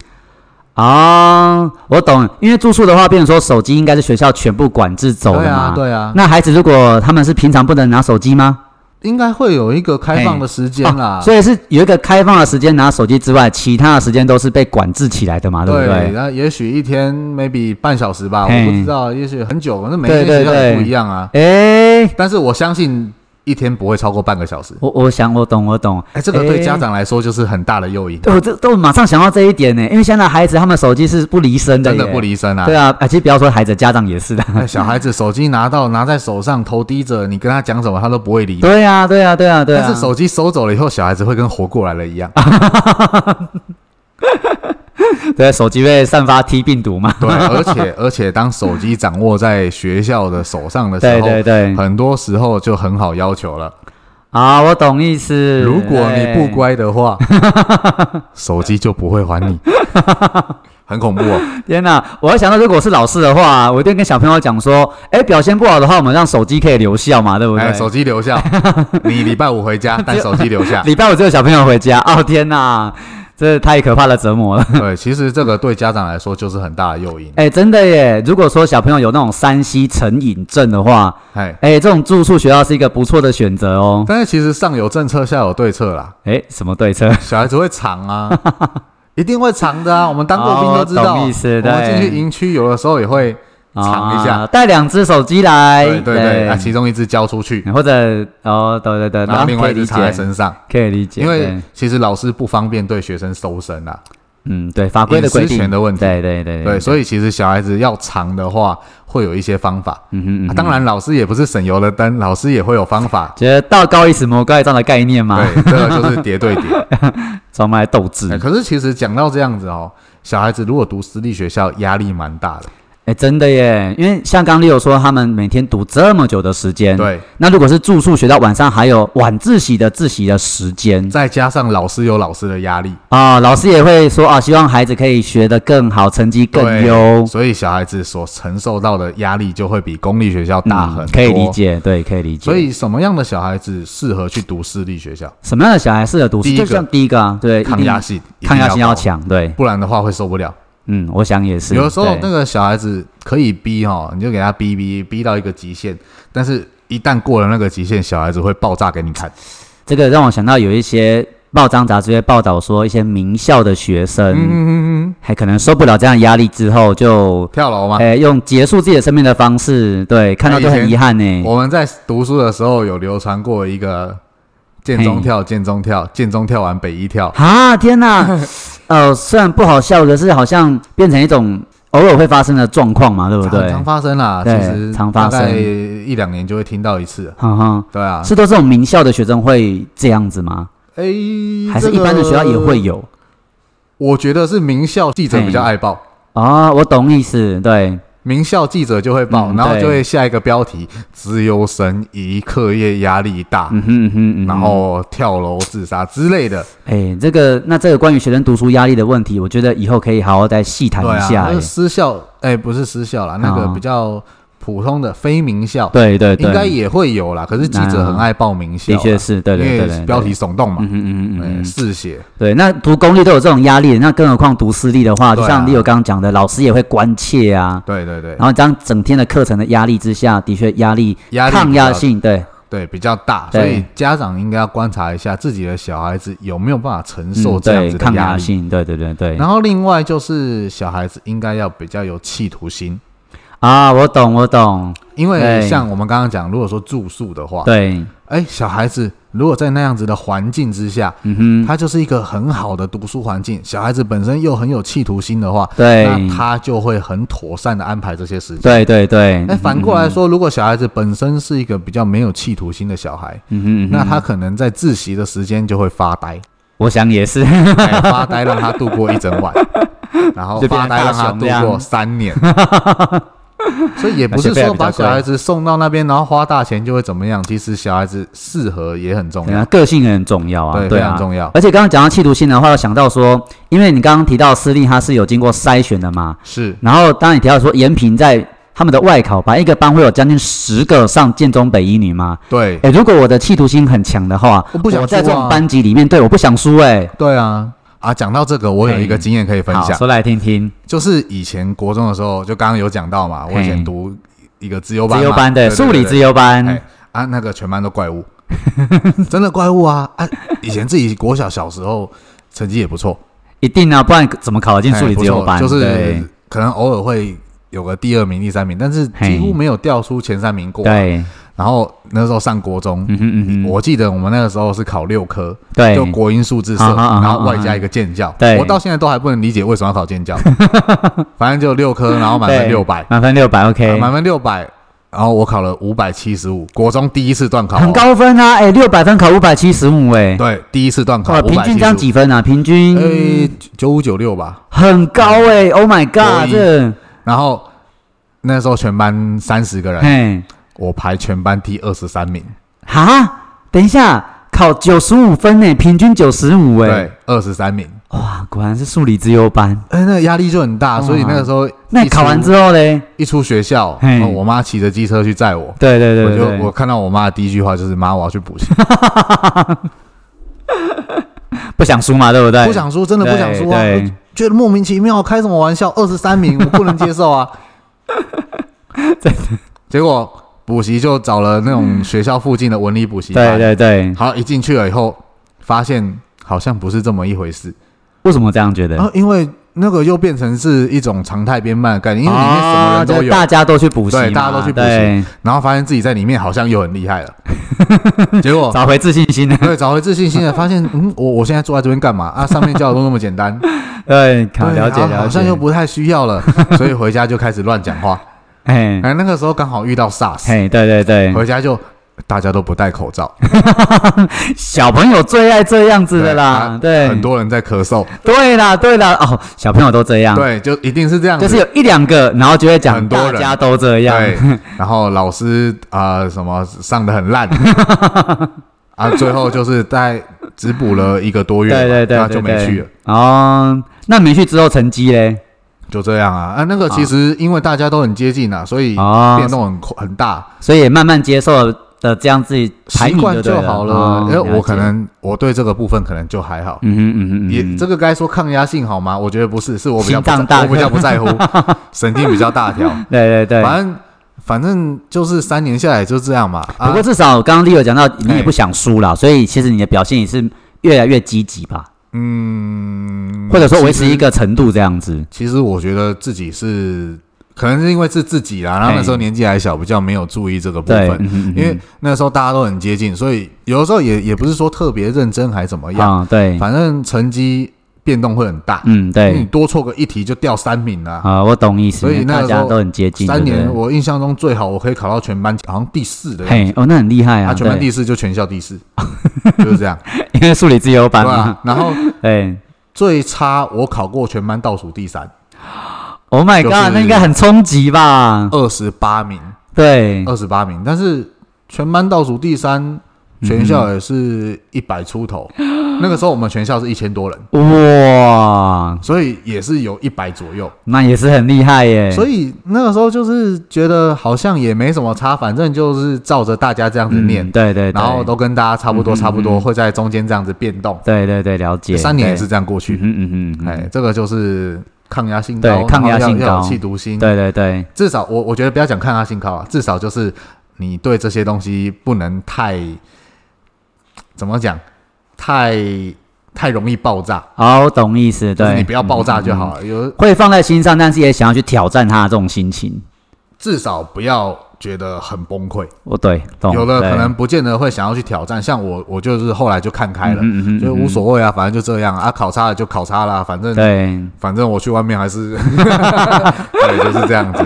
啊，我懂，因为住宿的话，变成说手机应该是学校全部管制走的对啊嘛。，对啊，那孩子如果他们是平常不能拿手机吗？应该会有一个开放的时间啦。哦所以是有一个开放的时间拿手机之外，其他的时间都哦是被管制起来的嘛，对不对，对？然后也许一天 maybe 半小时吧，我嘿不知道，也许很久，那每对间学校对也对不一样啊。哎，但是我相信一天不会超过半个小时。我我想我懂我懂，哎，这个对哎家长来说就是很大的诱因，对我这都马上想到这一点呢，因为现在孩子他们手机是不离身的真耶，的不离身啊。对啊，啊，其实不要说孩子，家长 [LAUGHS] 也是的。哎，小孩子手机拿到拿在手上，头低着，你跟他讲什么他都不会理。对啊，对啊，对啊，对啊。但是手机收走了以后，小孩子会跟活过来了一 [LAUGHS] 样。对手机会散发 T 病毒嘛？对，而且而且当手机掌握在学校的手上的时对候，对对。很多时候就很好要求了。啊，我懂意思。哎如果你不乖的 [LAUGHS] 话，手机就不会还你，很恐怖哦。哎，天哪！我要想到，如果是老师的话，我一定跟小朋友讲说，哎，表现不好的话，我们让手机可以留校嘛，对不对？哎，手机啊留 [LAUGHS] 下，你礼拜五回家，但手机留下。礼拜五只有小朋友回家。哦，天哪！这太可怕的 [LAUGHS] 折磨了。对，其实这个对家长来说就是很大的诱 [LAUGHS] 因。哎，真的耶！如果说小朋友有那种山西成瘾症的话，哎，哎，这种住宿学校是一个不错的选择哦。但是其实上有政策，下有对策啦。哎，什么对策？小孩子会藏 [LAUGHS] 啊，一定会藏的啊。我们当过兵都知道，哦懂意思我们进对去营区有的时候也会，藏一下啊带哎两只手机来。对对对，啊，其中一只交出去，或者哦，对对对，然后另外一只可藏以在理解，身上，可以理解，因为对其实老师不方便对学生搜身啊。嗯，对法规的规隐私定权的问题对对对对，以所以其实小孩子要藏的话，会有一些方法。嗯哼嗯啊哼，当然，老师也不是省油的灯，老师也会有方法。觉得道高一尺，魔高一丈的概念 [LAUGHS] 嘛，对，这个 [LAUGHS] 就是叠对叠。专门来斗智哎，可是其实讲到这样子哦，小孩子如果读私立学校，压力蛮大的。哎，真的耶，因为像刚丽友说，他们每天读这么久的时间，，对，那如果是住宿学到晚上还有晚自习的自习的时间再加上老师有老师的压力，啊，老师也会说啊，希望孩子可以学得更好，成绩更对优，所以小孩子所承受到的压力就会比公立学校大嗯很多。可以理。解，对，可以理解。所以什么样的小孩子适合去读私立学校？什么样的小孩适合读书？第一个就像第一个啊，对，抗压性，一定抗压性要高，强，对，不然的话会受不了。嗯，我想也是。有的时候对那个小孩子可以逼哦，你就给他逼逼逼到一个极限，但是一旦过了那个极限，小孩子会爆炸给你看。这个让我想到有一些报章杂志会报道说，一些名校的学生、嗯嗯嗯，还可能受不了这样的压力之后就，跳楼吗？哎，用结束自己的生命的方式，对，看到就很遗 [LAUGHS] 憾呢。我们在读书的时候有流传过一个建中嘿跳，建中跳，建中跳完北一跳，啊，[LAUGHS] 天哪！呃，虽然不好笑，可是好像变成一种偶尔会发生的状况嘛，对不常对？常发生啦，其对实常发生大概一两年就会听到一次。哈哈，对啊，是都是这种名校的学生会这样子吗？哎、还是一般的学校也会？有？我觉得是名校记者比较爱报，哦，我懂意思，对，名校记者就会报，嗯然后对就会下一个标题：资优生疑课业压力大，嗯哼嗯哼嗯哼，然后跳楼自杀之类的。哎，这个那这个关于学生读书压力的问题，我觉得以后可以好好再细谈对一啊，下。那哎个私校，哎、不是私校啦，那个哦比较普通的非名校，对对对，应该也会有啦。可是记者很爱报名校的啦，确是，对对对因对，为对标题，耸动嘛嗯，嗯嗯嗯哎嗯，嗜血，对。那读公立都有这种压力，那更何况读私立的话，对就啊像李友刚刚讲的，老师也会关切啊。对对对然，后这样整天的课程的压力之下，的确压力压力抗比压较性对，对比较大，对所以家长应该要观察一下自己的小孩子有没有办法承嗯受这样对子的抗压压力。性，对对对对。然后另外就是小孩子应该要比较有企图心，啊，我懂我懂，因为对像我们刚刚讲，如果说住宿的话，对，哎，小孩子如果在那样子的环境之下，嗯哼，他就是一个很好的读书环境，小孩子本身又很有企图心的话，对那他就会很妥善的安排这些时间。对对对。嗯那反过来，来说，如果小孩子本身是一个比较没有企图心的小孩，嗯哼嗯哼，那他可能在自习的时间就会发 [LAUGHS] 呆，我想也是， [LAUGHS] 哎发呆让他度过一整晚，然后就变发成呆让大他熊度这样过三 [LAUGHS] 年。所以也不那学是费还说比较把贵小孩子送到那边，然后花大钱就会怎么样。其实小孩子适合也很重对要啊，，个性也很重要啊，对，对非啊，常重要。而且刚刚讲到企图心的话，我想到说，因为你刚刚提到私立它是有经过筛选的嘛，是，然后当然你提到说延平在他们的外考吧，一个班会有将近十个上建中北一女嘛，对，诶，如果我的企图心很强的话，我不想输啊在这种班级里面，对，我不想输诶，对啊，啊，讲到这个，我有一个经验可以分好，享，说来听听，就是以前国中的时候，就刚刚有讲到嘛，我以前嘿读一个资优班嘛，自由班对，数理自由班哎，啊，那个全班都怪物， [LAUGHS] 真的怪物啊啊！以前自己国小小时候成绩也不错，一定啊，不然怎么考得进哎数理不自由错班？就是啊对可能偶尔会有个第二名、第三名，但是几乎嘿没有掉出前三名过啊。对，然后那时候上国中，嗯哼嗯哼，我记得我们那个时候是考六科，对就国英数自社，哎啊哈啊哈然后外加一个建教。对我到现在都还不能理解为什么要考建 [LAUGHS] 教，反正就六科，然后满分对六百，啊满分六百，OK，满分六百，然后我考了五百七十五，国中第一次段考，哦很，高分啊，哎，六百分考五百七十五，哎，对，第一次段考哇， 575平均这样？几分啊？平均呃，九五九六吧。很高哎，Oh my 国 god，一这，然后那时候全班三十个人，嘿，我排全班第二十三名，哈，等一下，考九十五分呢，平均九十五哎，对，二十三名，哇，果然是数理之优班。哎，那压力就很大，所以那个时候哦那一你考完出之后嘞？一出学校，嘿哦我妈骑着机车去载我，对对对我对对就我看到我妈的第一句话就是妈，我要去补习，不想输嘛，对不对？不想输，真的不想输啊，对我觉得莫名其妙，开什么玩笑，二十三名我不能接受 [LAUGHS] 啊，结果补习就找了那种学校附近的文理补习班，对对对，好一进去了以后，发现好像不是这么一回事，为什么这样觉得？然后因为那个又变成是一种常态编班的概念，因为里面什么啊人都就是有，大家都去补习嘛，对大家都去补习对，然后发现自己在里面好像又很厉 [LAUGHS] 害了，结果找回自信心呢。 [LAUGHS] 对，找回自信心了，发现嗯，我我现在坐在这边干嘛啊？上面教的都那么简单，对， [LAUGHS] 好对了解啊了解，好像又不太需要 [LAUGHS] 了，所以回家就开始乱讲话。嘿哎，那个时候刚好遇到 SARS，嘿，对对对，回家就大家都不戴口罩，小朋友最爱这样子的啦啊，对，很多人在咳嗽，对啦对啦，哦，小朋友都这样，，对，就一定是这样就是子。有一两个，然后就会讲很多大人家都这样，对，然后老师啊、什么上的很 [LAUGHS] 烂啊，最后就是在只补了一个多月嘛，对对对然后就没去了，。对哦，那没去之后成绩嘞？就这样啊。啊，那个其实因为大家都很接近啊，所以哦变动很很大。所以也慢慢接受了的这样自己排习名惯对啊哦就好了。了。因为哎呃我了可解，能我对这个部分可能就还好，嗯哼嗯哼嗯哼，也这个该说抗压性好吗？我觉得不是，是我比较不心脏大在我比较不在乎， [LAUGHS] 神经比较大条。对对 [LAUGHS] 对。反正反正就是三年下来就这样嘛。不啊过，至少刚刚 Leo 讲到，你也哎不想输啦，所以其实你的表现也是越来越积极吧，嗯，或者说维持其实一个程度这样子。其实我觉得自己是可能是因为是自己啦，然后那时候年纪还小，比较没有注意这个部对，分。嗯因为那时候大家都很接近，所以有的时候也也不是说特别认真还怎么样，啊，对，反正成绩变动会很大。嗯因为你对，多错个一题就掉三名了、啊，我懂意思，所以因为那大个家时候都很接近。三对年不对我印象中最好我可以考到全班好像第四的样嘿子，，哦，那很厉害啊，啊，全班对，第四就全校第四， [LAUGHS] 就是这样，因为数理自由对班嘛，吧？然后对。最差我考过全班倒数第三， Oh my 就是 god，那应该很冲击吧？二十八名，对，二十八名，但是全班倒数第三。全校也是一百出头，那个时候我们全校是一千多人，哇，所以也是有一百左右。那也是很厉害耶。所以那个时候就是觉得好像也没什么差，反正就是照着大家这样子念嗯，，对对，对然后都跟大家差不多，嗯嗯差不嗯多会在中间这样子变动，对对对，了解。三年也对是这样过去。嗯嗯嗯，哎哎，，这个就是抗压性对高，抗压然后要性要有高气毒心。对对对，至少我我觉得不要讲抗压性高啊，至少就是你对这些东西不能太怎么讲，太太容易爆炸，好，我懂意思，就是对，你不要爆炸就嗯。嗯嗯好了。有会放在心上，但是也想要去挑战他的这种心情，至少不要觉得很崩溃，我哦对懂。有的对可能不见得会想要去挑战，像我我就是后来就看开了。嗯嗯嗯，就嗯无所谓啊，反正就这样啊，啊考差了就考差了啊、反正对，反正我去外面还是， [LAUGHS] 对，就是这样子，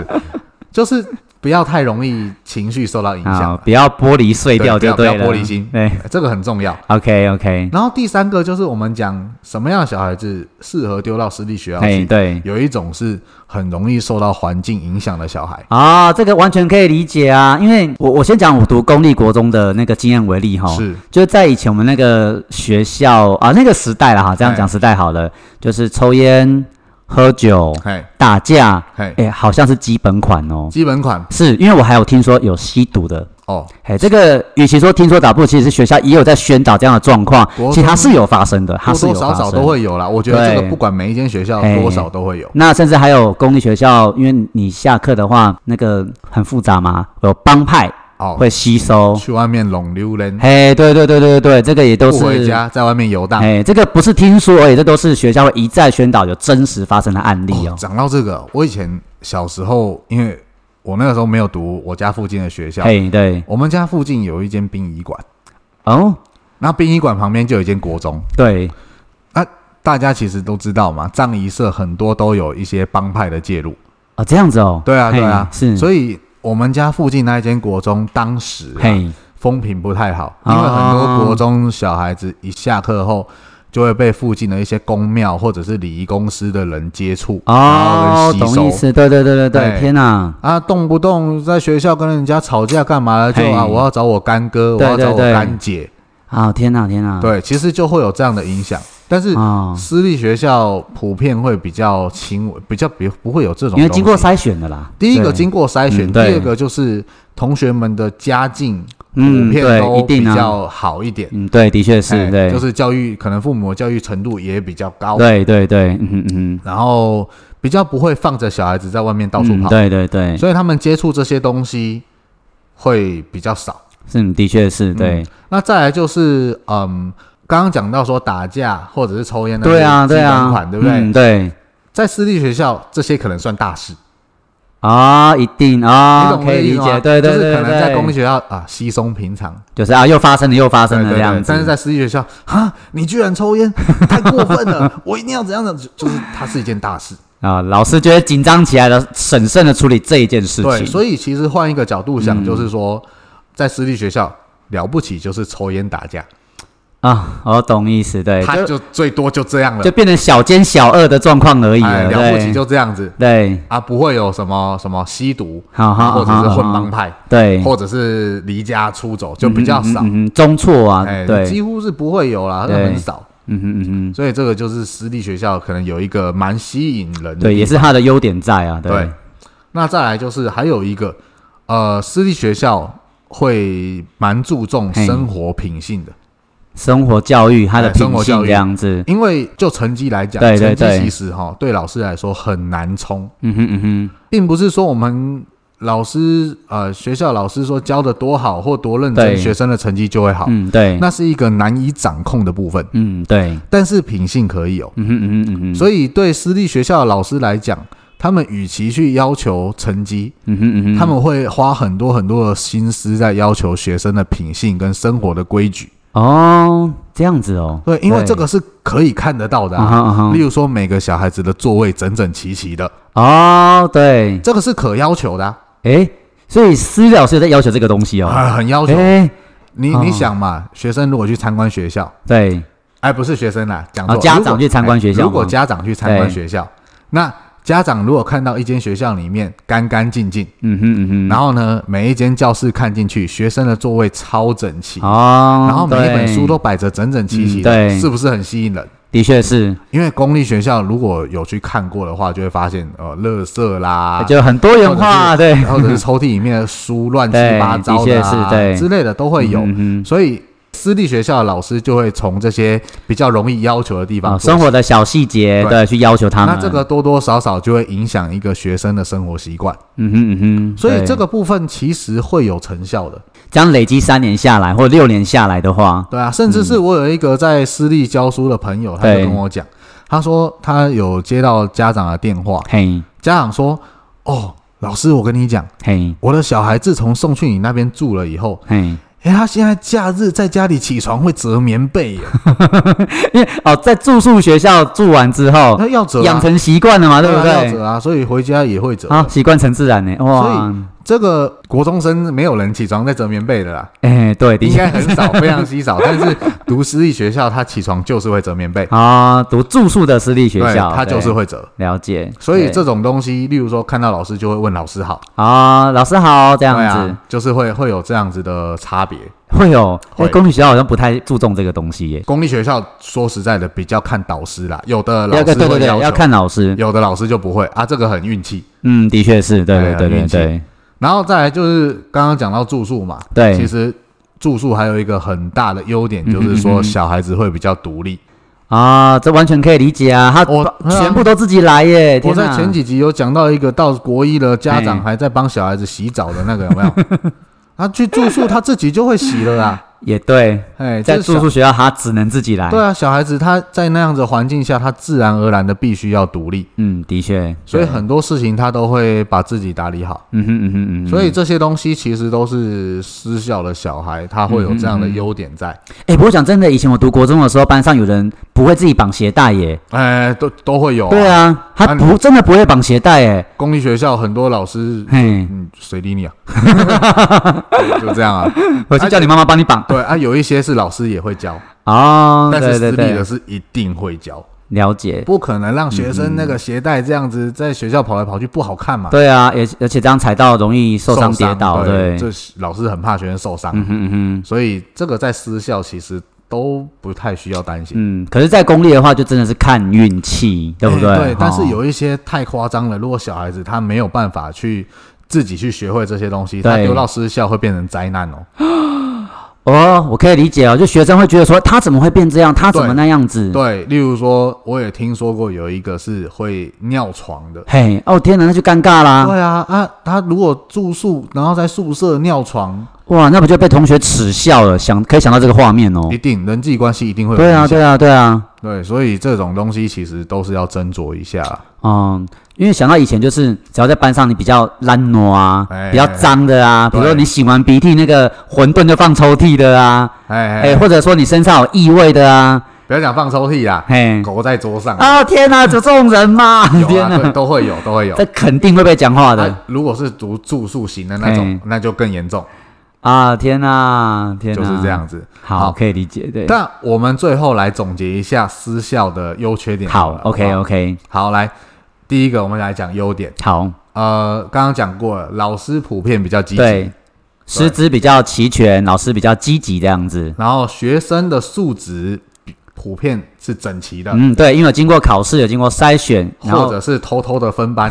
就是不要太容易情绪受到影响好，，不要玻璃碎掉对就不要对了。不要玻璃心对哎这个很重要。 ，OK OK，然后第三个就是我们讲什么样的小孩子适合丢到私立学校哎去，对，有一种是很容易受到环境影响的小孩，啊，这个完全可以理解啊，因为我我先讲我读公立国中的那个经验为例哈，是就在以前我们那个学校啊那个时代了哈，这样哎讲时代好了，就是抽烟、喝酒、嘿打架，嘿，哎，好像是基本款哦。基本款是因为我还有听说有吸毒的，哦，嘿，这个与其说听说打不，其实学校也有在宣导这样的状况，国中其实它是有发生的，它多是有多发生少少都。会有啦。我觉得对这个不管每一间学校嘿多少都会有，那甚至还有公立学校，因为你下课的话，那个很复杂嘛，有帮派哦，会吸收。去外面拢溜人，嘿，对对对对对对，这个也都不是回家，在外面游荡。哎，这个不是听说而已，这都是学校会一再宣导有真实发生的案例哦。讲到这个，我以前小时候因为我那个时候没有读我家附近的学校，嘿，对，我们家附近有一间殡仪馆，哦，然后殡仪馆旁边就有一间国中。对，大家其实都知道嘛，葬仪社很多都有一些帮派的介入。哦，这样子哦，对啊，嘿对啊，是，以，所以我们家附近那一间国中，当时、啊、嘿，风评不太好，哦因为很多国中小孩子一下课后就会被附近的一些公庙或者是礼仪公司的人接触，哦，然后懂意人吸收。思，对对对对对，对天哪，啊，动不动在学校跟人家吵架干嘛的？就嘿啊，我要找我干哥，我对要找我对对干姐，啊，天哪，天哪，，对，其实就会有这样的影响。但是哦，私立学校普遍会比较轻微，比较比不会有这种东因西。为经过筛选的啦，第一个对经过筛选，嗯第对二个就是同学们的家境普嗯遍对都一定比啊较好一点，嗯，对，的确哎是，对，就是教育可能父母的教育程度也比较高，对对对，嗯哼嗯哼，然后比较不会放着小孩子在外面到处嗯跑，对对对，所以他们接触这些东西会比较少。是，的确是对，那再来就是，嗯，刚刚讲到说打架或者是抽烟的对啊基对本啊款，，对不对？嗯，对。在私立学校，这些可能算大事，啊，一定你，啊懂我可的以意理思吗解，对对就是对可能在对公立学校啊，稀松平常，就是啊，又发生了，又发生对了对这样对子。，但是在私立学校，哈，你居然抽烟，太过分了！我一定要怎样的，就就是它是一件大事。啊，老师就会紧张起来了，审慎的处理这一件事对，情。所以其实换一个角度想，就是嗯说，在私立学校了不起就是抽烟打架，啊，我懂意思，对，他就就最多就这样了就，变成小奸小恶的状况而已哎，了，了不起对就这样子对，啊，不会有什么什么吸毒，好好，或者是好混帮，好派，啊对，或者是离家出走，就比较少嗯，嗯嗯中错啊，哎，对，几乎是不会有啦，对很少。嗯嗯嗯所以这个就是私立学校可能有一个蛮吸引人的地方，嗯，对，也是他的优点在啊，对，那再来就是还有一个，呃，私立学校会蛮注重生活品性的，生活教育他的哎生品活性教育这样子，因为就成绩来讲，对对成对绩其实哈对老师来说很难冲，嗯哼嗯并不是说我们老师呃学校老师说教的多好或多认真，对学生的成绩就会好哼，，嗯对，那是一个难以掌控的部分，嗯对，但是品性可以有，嗯哼嗯哼嗯哼，所以对私立学校的老师来讲。他们与其去要求成绩，嗯哼嗯哼，他们会花很多很多的心思在要求学生的品性跟生活的规矩，哦这样子哦，对，因为这个是可以看得到的、啊啊。哈啊哈例如说，每个小孩子的座位整整齐齐的，哦对，这个是可要求的啊，诶，所以私老师有在要求这个东西哦，啊很要求。诶，你哦你想嘛，学生如果去参观学校，对，哎，不是学生啦，讲哦错，家如果长去参观哎学校哎如果吗家长去参观对学校，那家长如果看到一间学校里面干干净净，嗯哼嗯哼，然后呢，每一间教室看进去，学生的座位超整齐，哦，然后每一本对书都摆着整整齐齐嗯的，对是不是很吸引人？的确是，因为公立学校如果有去看过的话，就会发现呃，垃圾啦，就很多元化，对，或者是抽屉里面的书乱七对八糟的、啊、的确是对之类的都会有。嗯哼所以私立学校的老师就会从这些比较容易要求的地啊方做生活的小细节，对对，去要求他们。那这个，多多少少就会影响一个学生的生活习惯，嗯哼嗯哼，所以对这个部分其实会有成效的，这样累积三年下来或六年下来的话，对啊，甚至是我有一个在私立教书的朋友，他就对跟我讲，他说他有接到家长的电话，嘿家长说：“哦，老师，我跟你讲，嘿我的小孩自从送去你那边住了以后，嘿，诶，他现在假日在家里起床会折棉被耶，哦，在住宿学校住完之后，他要折、啊，哦养成习惯了嘛，对不啊要对？折啊，所以回家也会折。啊，习惯成自然呢，哇所，这个国中生没有人起床在折棉被的 [LAUGHS] 啦，哎，对，的应该确，很少，非常稀 [LAUGHS] 少。但是读私立学校，他起床就是会折棉被，啊，读住宿的私立学对，校，他就是对会折。了解，所以对这种东西，例如说看到老师就会问老师好，啊，老师好，这这样子。就是会会有这样子的差别。会有，哎会公立学校好像不太注重这个东西耶。公立学校说实在的，比较看导师啦，有的老要师对对会对，要求，要看老师。有的老师就不会啊，这个很运气。嗯，的确是，对哎对对运对气对然后再来就是刚刚讲到住宿嘛，对其实住宿还有一个很大的优点嗯就是嗯说嗯小孩子会比较独立。啊，这完全可以理解啊，他我把全部都自己来耶。我哎天在哪前几集有讲到一个到国一的家长哎 [LAUGHS] 还在帮小孩子洗澡的那个有没有？他去住宿他自己就会洗了啊，也对，哎，在这是住小宿学校他只能自己来。对啊，小孩子他在那样子的环境下，他自然而然的必须要独立，嗯，的确，所以对很多事情他都会把自己打理好。嗯哼嗯哼嗯哼，所以这些东西其实都是私校的小孩，他会有这样的优点在，哎、不过讲真的，以前我读国中的时候，班上有人不会自己绑鞋带耶。哎，都都会有、嗯对，啊，他啊不、真的不会绑鞋带哎。公立学校很多老 [LAUGHS] 师，嘿，嗯，谁理你啊？ [LAUGHS] 就这样啊。我去叫你妈妈帮你绑。对啊，有一些是老师也会教，哦，但是对私对立对的，是一定会教，了解。不可能让学生那个鞋带这样子在学校跑来跑去，不好看嘛。对啊，而且而且这样踩到容易受伤跌倒，对，对。这是老师很怕学生受伤，嗯哼嗯哼，所以这个在私校其实都不太需要担心。嗯，可是，在公立的话，就真的是看运气，对不对？哎对，但是哦有一些太夸张了。如果小孩子他没有办法去自己去学会这些东西，对他丢到私校会变成灾难哦。哦，我可以理解哦，就学生会觉得说他怎么会变这样，他怎么那样子？对，例如说，我也听说过有一个是会尿床的。嘿，哦天哪，那就尴尬啦！对啊，啊，他如果住宿，然后在宿舍尿床，哇，那不就被同学耻笑了？想可以想到这个画面哦一。定人际关系一定会有对啊，影响对啊，对啊。对，所以这种东西其实都是要斟酌一下。嗯，因为想到以前就是，只要在班上你比较懒惰啊，哎比较脏的啊，比对如说你擤完鼻涕那个馄饨就放抽屉的啊，哎哎，哎，或者说你身上有异味的啊，不要讲放抽屉啦，嘿，狗在桌上，哎啊天哪，这种人嘛， [LAUGHS] 有天啊，对，哪，都会有，都 [LAUGHS] 会有这。肯定会被讲话的啊如果是读住宿型的那嘿种，那就更严重，啊，天哪，天哪，就是这样，子。好，好可以理解，对，但我们最后来总结一下私校的优缺点好了，OK 好不好 OK，好，来第一个，我们来讲优点。好，呃，刚刚讲过了，老师普遍比较积极，对，师资比较齐全，老师比较积极这样子。然后学生的素质比普遍是整齐的，嗯，对，因为有经过考试，有经过筛选，然或后者是偷偷的分班，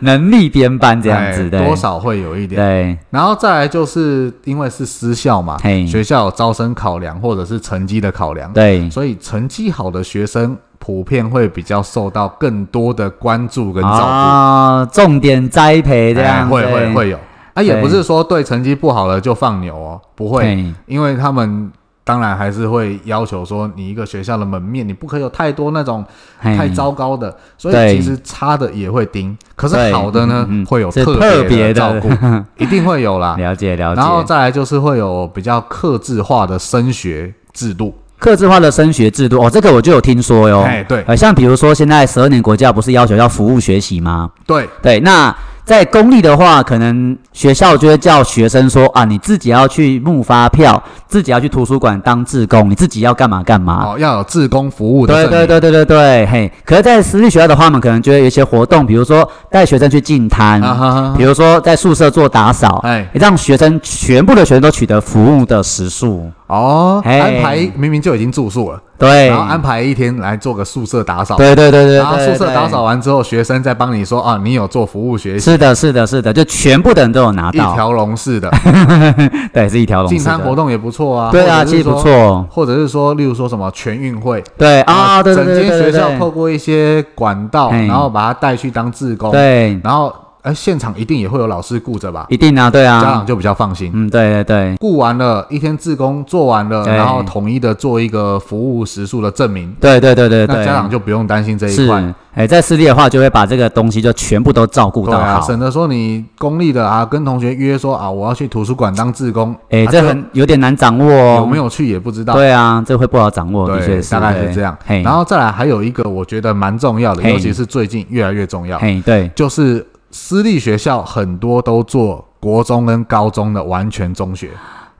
能力编班 [LAUGHS] 这样哎子，对，多少会有一点。嗯对，然后再来就是因为是私校嘛，嘿学校有招生考量或者是成绩的考量，对，所以成绩好的学生普遍会比较受到更多的关注跟照顾。啊，重点栽培这哎样子，会会会有。啊，也对不是说对成绩不好了就放牛哦，不会，对因为他们当然还是会要求说，你一个学校的门面，你不可以有太多那种嘿太糟糕的，所以嗯对其实差的也会盯，可对是好的呢嗯嗯嗯会有是特别的照特别顾， [LAUGHS] 一定会有啦。了解了然后解。再来就是会有比较克制化的升学制度，克制化的升学制度哦，这个我就有听说哟。哎对呃，像比如说现在十二年国教不是要求要服务学习吗？对对，那在公立的话，可能学校就会叫学生说啊，你自己要去募发票，自己要去图书馆当志工，你自己要干嘛干嘛。哦，要有志工服务的对证啊对明对对对对，嘿。可是，在私立学校的话，我们可能就会有一些活动，比如说带学生去进摊，啊哈哈哈比如说在宿舍做打扫，哎让学生全部的学生都取得服务的时数。哦，嘿安排明明就已经住宿了，对，然后安排一天来做个宿舍打扫，对对对对对，然后宿舍对打扫。完之后，学生再帮你说啊，你有做服务学习，是的，是的，是的，就全部的人都有拿一到，条龙式的对，是一条龙。进餐活，动也不错啊。对啊，或者其是实不说。错，或者是说，例如说什么全运会对啊，对对整对对间对学对校透过一些管道，嘿然后把他带去当志工，对，然后哎，现场一定也会有老师顾着吧，一定啊，对家长啊，就比较放心。嗯，对对对，顾完了一天志工做完了，对然后统一的做一个服务时数的证明，对对对对那对，家长就不用担心这一是块。，哎，在私立的话，就会把这个东西就全部都照顾对到啊，好。省得说你公立的啊，跟同学约说啊，我要去图书馆当志工，哎，啊这很有点难掌握哦。有没有去也不知道。对啊，这会不好掌握，的确对，是，大概对是这样。嘿，然后再来还有一个我觉得蛮重要的，嘿尤其是最近越来越重要，嘿，对，就是私立学校很多都做国中跟高中的完全中学，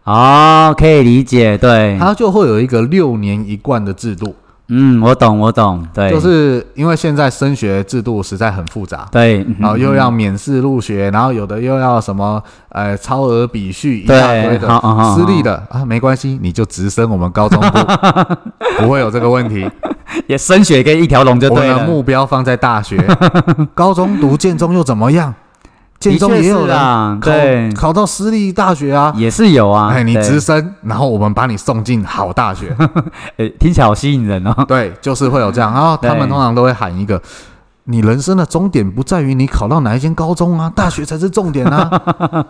哦，可以理解，对，它就会有一个六年一贯的制度，嗯，我懂，我懂，对，就是因为现在升学制度实在很复杂。对，嗯然后又要免试入学，然后有的又要什么呃超额比序一大对堆的好好好私立的啊，没关系，你就直升我们高中 [LAUGHS] 部，不会有这个问题。 [LAUGHS] 也升学跟一条龙就我对们的了。目标放在大学， [LAUGHS] 高中读建中又怎么样？建的中确也有是人啊，考对，考到私立大学啊。也是有啊。哎，你对直升，然后我们把你送进好大学。 [LAUGHS] 哎听起来好吸引人哦。 [LAUGHS] 对，就是会有这样。然后他对们通常都会喊一个： [LAUGHS] 你人生的终点不在于你考到哪一间高中啊，大学才是重点啊。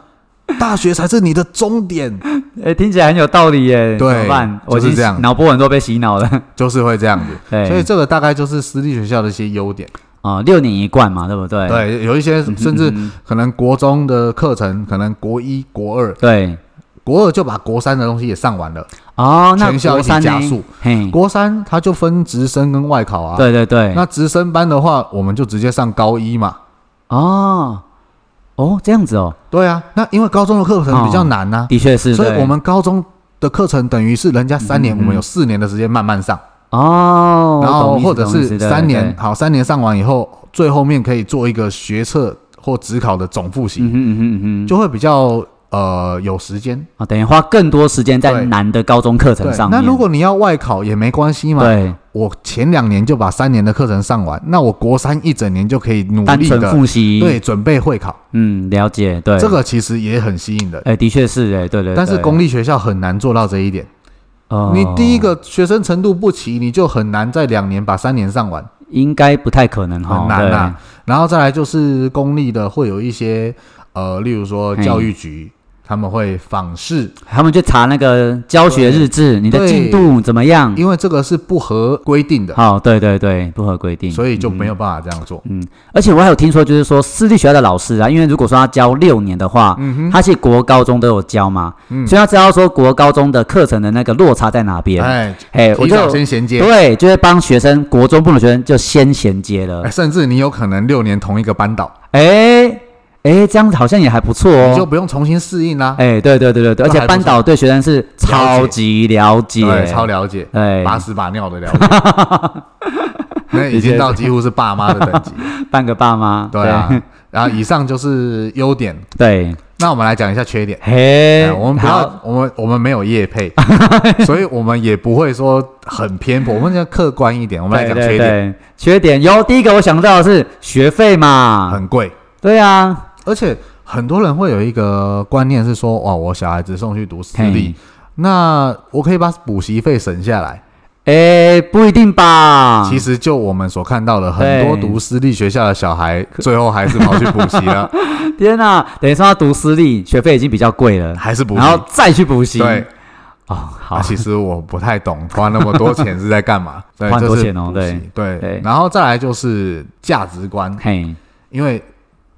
大学才是你的终点， [LAUGHS] 哎，听起来很有道理耶。对怎么办？我已就是经这样脑波很多被洗脑了。 [LAUGHS] 就是会这样子。对，所以这个大概就是私立学校的一些优点。啊，六年一贯嘛，对不对？嗯对，有一些甚至可能国中的课程，可能国一、国二、对。国二就把国三的东西也上完了，哦，那全校国一起三加呢速嘿，国三它就分直升跟外考啊。，嗯对对对。那直升班的话，我们就直接上高一嘛。哦，哦，这样子哦，对啊，那因为高中的课程比较难呐、的确哦是。所以对我们高中的课程等于是人家三年，嗯嗯我们有四年的时间慢慢上，哦，然懂后意思或者懂意思是对三对年，对好，三年上完以后，最后面可以做一个学测或职考的总复习，嗯哼嗯哼嗯哼，就就会比较呃有时间。啊，等于花更多时间在对难的高中课程对，上面。那如果你要外考也没关系嘛。对我前两年就把三年的课程上完，那我国三一整年就可以努单力纯的复习，对，准备会考，嗯，了解，对这，个其实也很吸引人。哎，的确是哎，对对。但是对公立学校很难做到这一点，哦你第一个学生程度不齐，你就很难在两年把三年上完，应该不太可能哈，很难啊呐、然后再来就是公立的会有一些呃，例如说嘿教育局他们会访视，对他们去查那个教学日志，你的对进度怎么样？因为这个是不合规定的，好，对对对，不合规定，所以就没有。有办法这样嗯做。而且我还有听说，就是说私立学校的老师啊，因为如果说他教六年的话，嗯他其实国高中都有教嘛，所以他知道说国高中的课程的那个落差在哪边。哎，哎，我提早就先衔接。对，就会帮学生国中部的学生就先衔接了哎，。甚至你有可能六年同一个班导，哎哎，这样子好像也还不错你就哦。不用重新适应啦。哎，对对对对对，而这还且班导对学生是超级了解，对，超了解，哎，把屎把尿的了解， [LAUGHS] 那已经到几乎是爸妈的等级。半个爸妈，对啊， [LAUGHS] 然后以上就是优点，对，那我们来讲一下缺点。嘿哎，我们不好要，我们我们没有业 [LAUGHS] 配，所以我们也不会说很偏颇，我们要客观一点。我们来对讲对缺点，对，缺点有第一个我想到的是学费嘛，很贵，对啊，而且很多人会有一个观念是说，哇，我小孩子送去读私立嘿，那我可以把补习费省下来。哎，不一定吧？其实实就我们所看到的，很多啊对读私立学校的小 [LAUGHS] 孩，最后还是跑去补习了，天哪、等于说他读私立，学费已经比较贵了，还是补习然。后再去补习，对，哦，好啊，，其实我不太懂花那么多钱是在干 [LAUGHS] 嘛。对，花很这多是钱哦补习对对，然后再来就是价值观，嘿，因为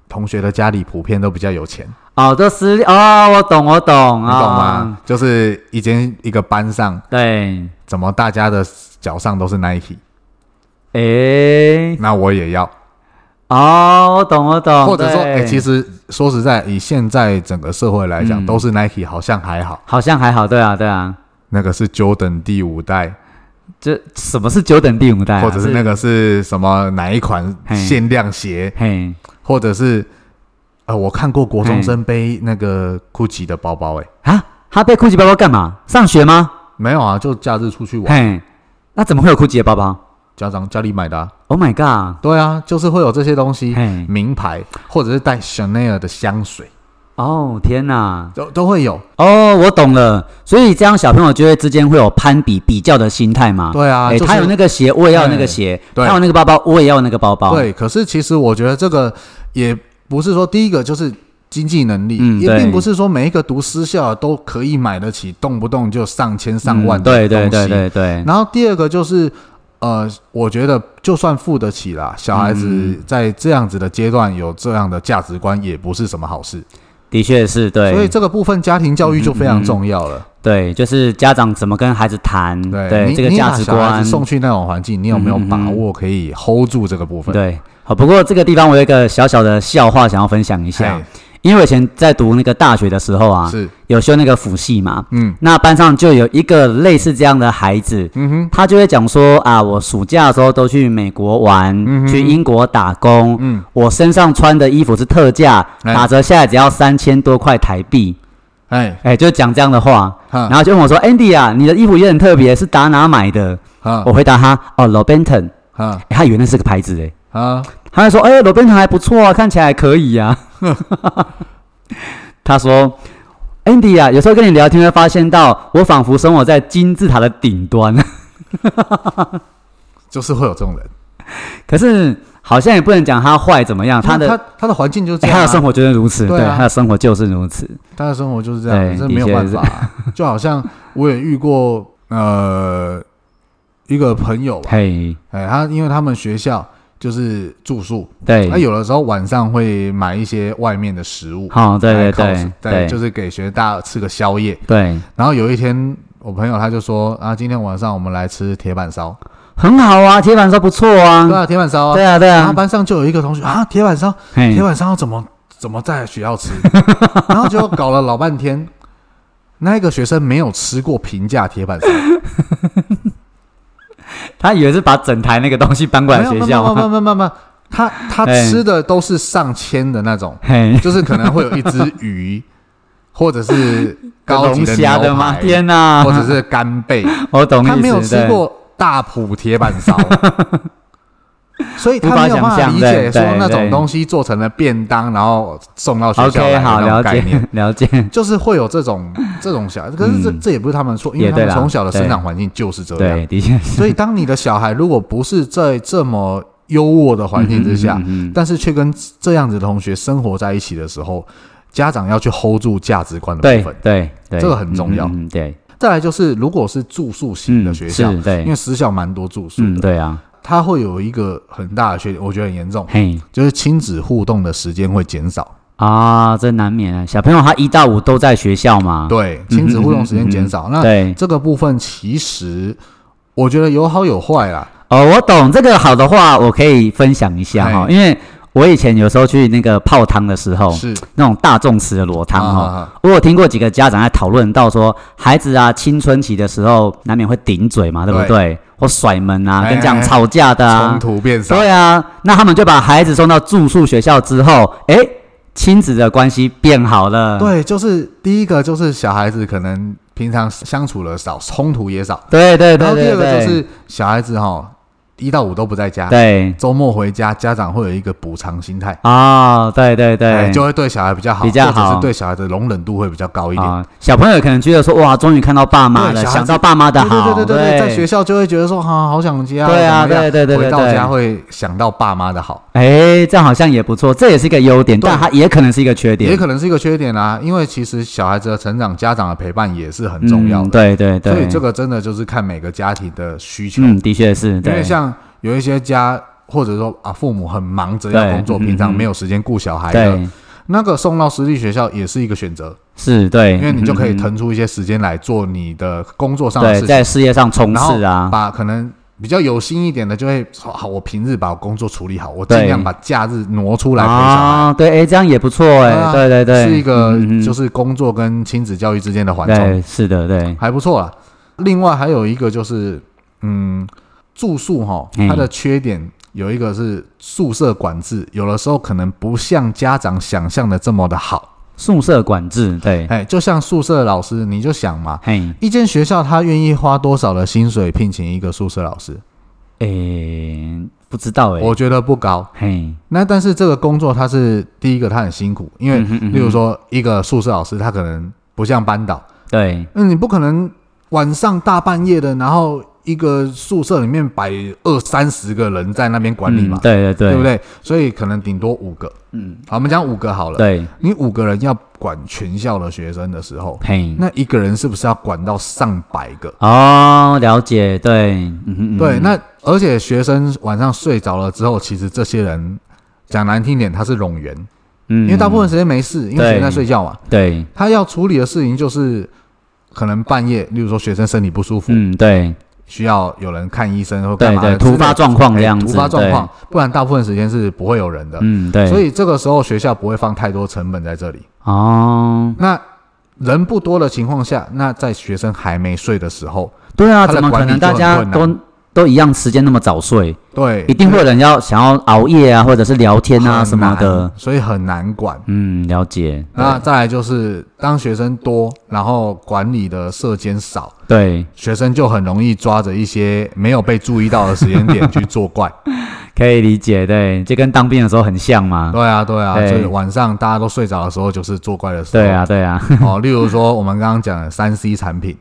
同学的家里普遍都比较有钱，哦，这私立哦，我懂，我懂你啊，懂吗？就是一间一个班上，对，怎么大家的脚上都是 Nike，哎，那我也要。哦，我懂，我懂，或者说，对哎，其实说实在，以现在整个社会来讲，嗯都是 Nike 好像还好。好像还好，对啊，对啊，那个是 Jordan 第五代，这什么是九等第五代、啊，或者是那个是什么哪一款嘿限量鞋，嘿，或者是呃，我看过国中嗯生背那个 GUCCI 的包包、欸，啊，他背酷奇包包干嘛？上学吗？没有啊，就假日出去玩，嘿，那怎么会有酷奇的包包？家长家里买的、啊， Oh my god！对啊，就是会有这些东西，嘿，名牌或者是带 Chanel 的香水，哦天哪，都都会有，哦我懂了，所以这样小朋友就会之间会有攀比比较的心态嘛。对啊，诶就是他哎有那个鞋，我也要那个鞋；对他有那个包包，我也要那个包包。，对，可是其实我觉得这个也不是说第一个就是。经济能力、嗯也对并不是说每一个读私校的都可以买得起，动不动就上千上万嗯的对东西。对对对对，然后第二个就是，呃，我觉得就算付得起啦，小孩子嗯在这样子的阶段有这样的价值观，也不是什么好事。的确是对。所以这个部分家庭教育就非常重要了。对，就是家长怎么跟孩子谈，对，你嗯这个你价把值小孩观子。送去那种环境，你有没有嗯嗯嗯把握可以 hold 住这个部分？对，好。不过这个地方我有一个小小的笑话想要分享一下嘿，，因为我以前在读那个大学的时候啊，是，有修那个辅系嘛，嗯那班上就有一个类似这样的孩子，嗯哼，他就会讲说啊，我暑假的时候都去美国玩，嗯哼去英国打工，嗯我身上穿的衣服是特价，哎打折下来只要三千多块台币，哎，哎、就讲这样的话，哈然后就问我说，Andy 啊，你的衣服也很特别，是打哪买的？哈我回答他，哦，Robenton，、哈哎他以为那是个牌子哎、哈，他就说，哎、罗 r o b e n t o n 还不错啊，看起来还可以 [LAUGHS] 啊。他说。Andy 啊，有时候跟你聊天会发现到，我仿佛生活在金字塔的顶端。 [LAUGHS] 就是会有这种人，可是好像也不能讲他坏怎么样，啊他的、他他的环境就是这哎样、啊他的生活就是如此，对啊他的生活就是如此。他的生活就是这样，对这没有办的确是法 [LAUGHS] 啊、就好像我也遇过呃一个朋友吧，嘿，哎，他因为他们学校就是住宿，对他，有的时候晚上会买一些外面的食物，好、对对来对 cos- 对，就是是给学大家吃个宵夜。对，然后有一天，我朋友他就说啊，今天晚上我们来吃铁板烧，很好啊，铁板烧不错啊对，啊，铁板烧啊对。啊，对然后啊，班上就有一个同学啊，铁板烧，嘿铁，板烧怎么怎么在学校吃？然后就搞了老半天，那个学生没有吃过平价铁板烧，他以为是把整台那个东西搬过来没有没学有校没有吗？没有没有没有，他他哎吃的都是上千的那种，嘿， [LAUGHS] 就是可能会有一只鱼，或者是高级龙虾牛吗？排，天哪，或者是干贝，我懂意思，他没有吃对，过大埔铁板 [LAUGHS] 烧，所以他没有办无法想法象理解对对说那种对东西做成了便当，然后送到学校 OK，来好，的那种了概解念。， [LAUGHS] 了解，就是会有这种这种小孩，可是这、嗯这也不是他们错，因为也他对啦们从小的生长环境就是这样。对，的确是所以当你的小孩如果不是在这么优渥的环境之下，嗯嗯嗯嗯但是却跟这样子的同学生活在一起的时候，家长要去 hold 住价值观的部对分。对对，这个很重要嗯嗯嗯对，再来就是，如果是住宿型的嗯，学校，是因对为，私校蛮多住宿嗯，的，对啊，它会有一个很大的缺点，我觉得很严重，嘿。就是亲子互动的时间会减少。啊，这难免啊。小朋友他一到五都在学校嘛，对，亲嗯子互动时间减少，那对，这个部分其实我觉得有好有坏啦。哦，我懂这个好的话，我可以分享一下哈、哎因为我以前有时候去那个泡汤的时候，是那种大众池的裸汤哈、啊我有听过几个家长在讨论到说，孩子啊青春期的时候难免会顶嘴嘛，对不对对？或甩门啊，哎跟家哎长吵架的啊冲，突变少，对啊，那他们就把孩子送到住宿学校之后，哎，亲子的关系变好了，对，就是第一个就是小孩子可能平常相处的少，冲突也少。对对然对后第对二个对，就是啊小孩子哈，一到五都不在家，对周末回家，家长会有一个补偿心态，啊、对对对，哎就会对小孩比较好，比较好或者是对小孩的容忍度会比较高一点。啊，小朋友可能觉得说，哇，终于看到爸妈对了，小孩子想到爸妈的对好，对对对对，在学校就会觉得说，哈，好想家，对啊怎么样对对对对回到对家会想到爸妈的好。哎，这样好像也不错，这也是一个优点，对但它也可能是一个缺点，也可能是一个缺点啦、因为其实小孩子的成长，家长的陪伴也是很重要嗯的。对对对，所以这个真的就是看每个家庭的需求，嗯，的确是，因为对，像有一些家或者说啊父母很忙着要对工作，嗯平常嗯没有时间顾小孩的，对那个送到私立学校也是一个选择，是，对，因为你就可以嗯腾出一些时间来做你的工作上的对事情，在事业上冲然后刺啊，把可能。比较有心一点的，就会说好，我平日把我工作处理好，我对尽量把假日挪出来陪小孩。啊啊，对，哎，这样也不错，哎，对对对，是一个嗯嗯就是工作跟亲子教育之间的缓冲，对，是的，对，还不错啦。另外还有一个就是，嗯，住宿哈，嗯它的缺点有一个是宿舍管制，有的时候可能不像家长想象的这么的好。宿舍管制，对，哎，就像宿舍老师，你就想嘛，嘿，一间学校他愿意花多少的薪水聘请一个宿舍老师？哎，不知道，哎，我觉得不高。嘿，那但是这个工作它是第一个，它很辛苦，因为嗯哼嗯哼例如说一个宿舍老师，他可能不像班导。对，那你不可能晚上大半夜的，然后一个宿舍里面摆二三十个人在那边管理嗯嘛，对对对，不？对？所以可能顶多五个。嗯，好，我们讲五个好了。，对，你五个人要管全校的学生的时候，嘿，那一个人是不是要管到上百个？哦，了解，对，嗯哼嗯对，哼那而且学生晚上睡着了之后，其实这些人讲难听点，他是冗员，嗯因为大部分时间没事，因为学生在睡觉嘛。对，他要处理的事情就是，可能半夜，例如说学生身体不舒服，嗯，对，需要有人看医生或干对嘛对，的突发状况之类的这样哎子，突发状对况，，不然大部分时间是不会有人的。嗯，对，所以这个时候学校不会放太多成本在这里。哦，那人不多的情况下，那在学生还没睡的时候，对啊，它的怎么可管理能就大很家困难都都一样时间那么早睡？对，一定会有人要想要熬夜啊，或者是聊天啊很什么难的。，所以很难管。嗯，了解。那再来就是，当学生多，然后管理的社间少，对，学生就很容易抓着一些没有被注意到的时间点去作 [LAUGHS] 怪。嗯可以理解。对，就跟当兵的时候很像嘛。对啊，对啊，对所以晚上大家都睡着的时候，就是作怪的时候。对啊，对啊，哦，例如说我们刚刚讲的三 C 产品，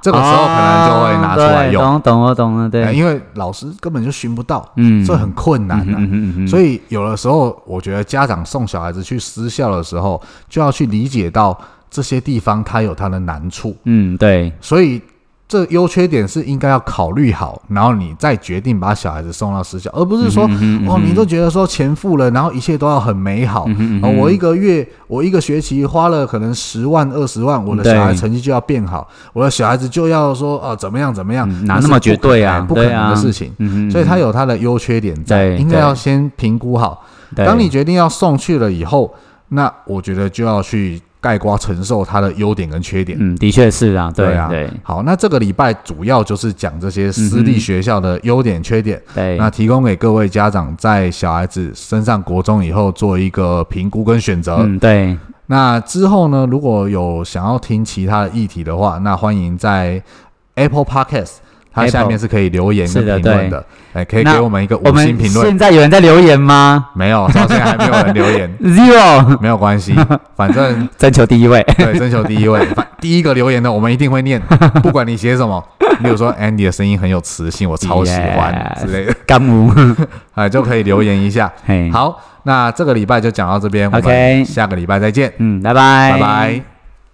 这个时候可能就会拿出来哦对用，懂懂我懂了，哎对，因为老师根本就寻不到，嗯所以很困难啊。嗯所以有的时候，我觉得家长送小孩子去私校的时候，就要去理解到这些地方它有它的难处，嗯对，所以这优缺点是应该要考虑好，然后你再决定把小孩子送到私校，而不是说、嗯哦，你都觉得说钱付了，然后一切都要很美好。嗯哦、我一个月，我一个学期花了可能十万、二十万，我的小孩对成绩就要变好，我的小孩子就要说哦、怎么样怎么样，哪是嗯那么不绝可对能啊不可对能啊的事情。嗯所以它有它的优缺点在，对应该要对先评估好。对当你决定要送去了以后，那我觉得就要去盖瓜承受它的优点跟缺点。嗯，的确是啊，对啊，对好，那这个礼拜主要就是讲这些私嗯立哼学校的优点、缺点，对，那提供给各位家长在小孩子升上国中以后做一个评估跟选择。嗯对，那之后呢，如果有想要听其他的议题的话，那欢迎在呃 Apple Podcast。它 Apple 下面是可以留言跟是的评论对的，哎，可以那给我们一个我五星们评论现。在有人在留言吗，没有，到现在还没有人留言？Zero， [LAUGHS] 没有关系，反正征求第一 [LAUGHS] 位，对征求第一位，反第一个留言的我们一定会念，不管你写什么。例如说 Andy 的声音很有磁性，我超喜欢 Yes 之类的，干母，哎，就可以留言一下。嘿，，好，那这个礼拜就讲到这边，我们嗯 OK 下个礼拜再见，嗯，拜拜，拜拜。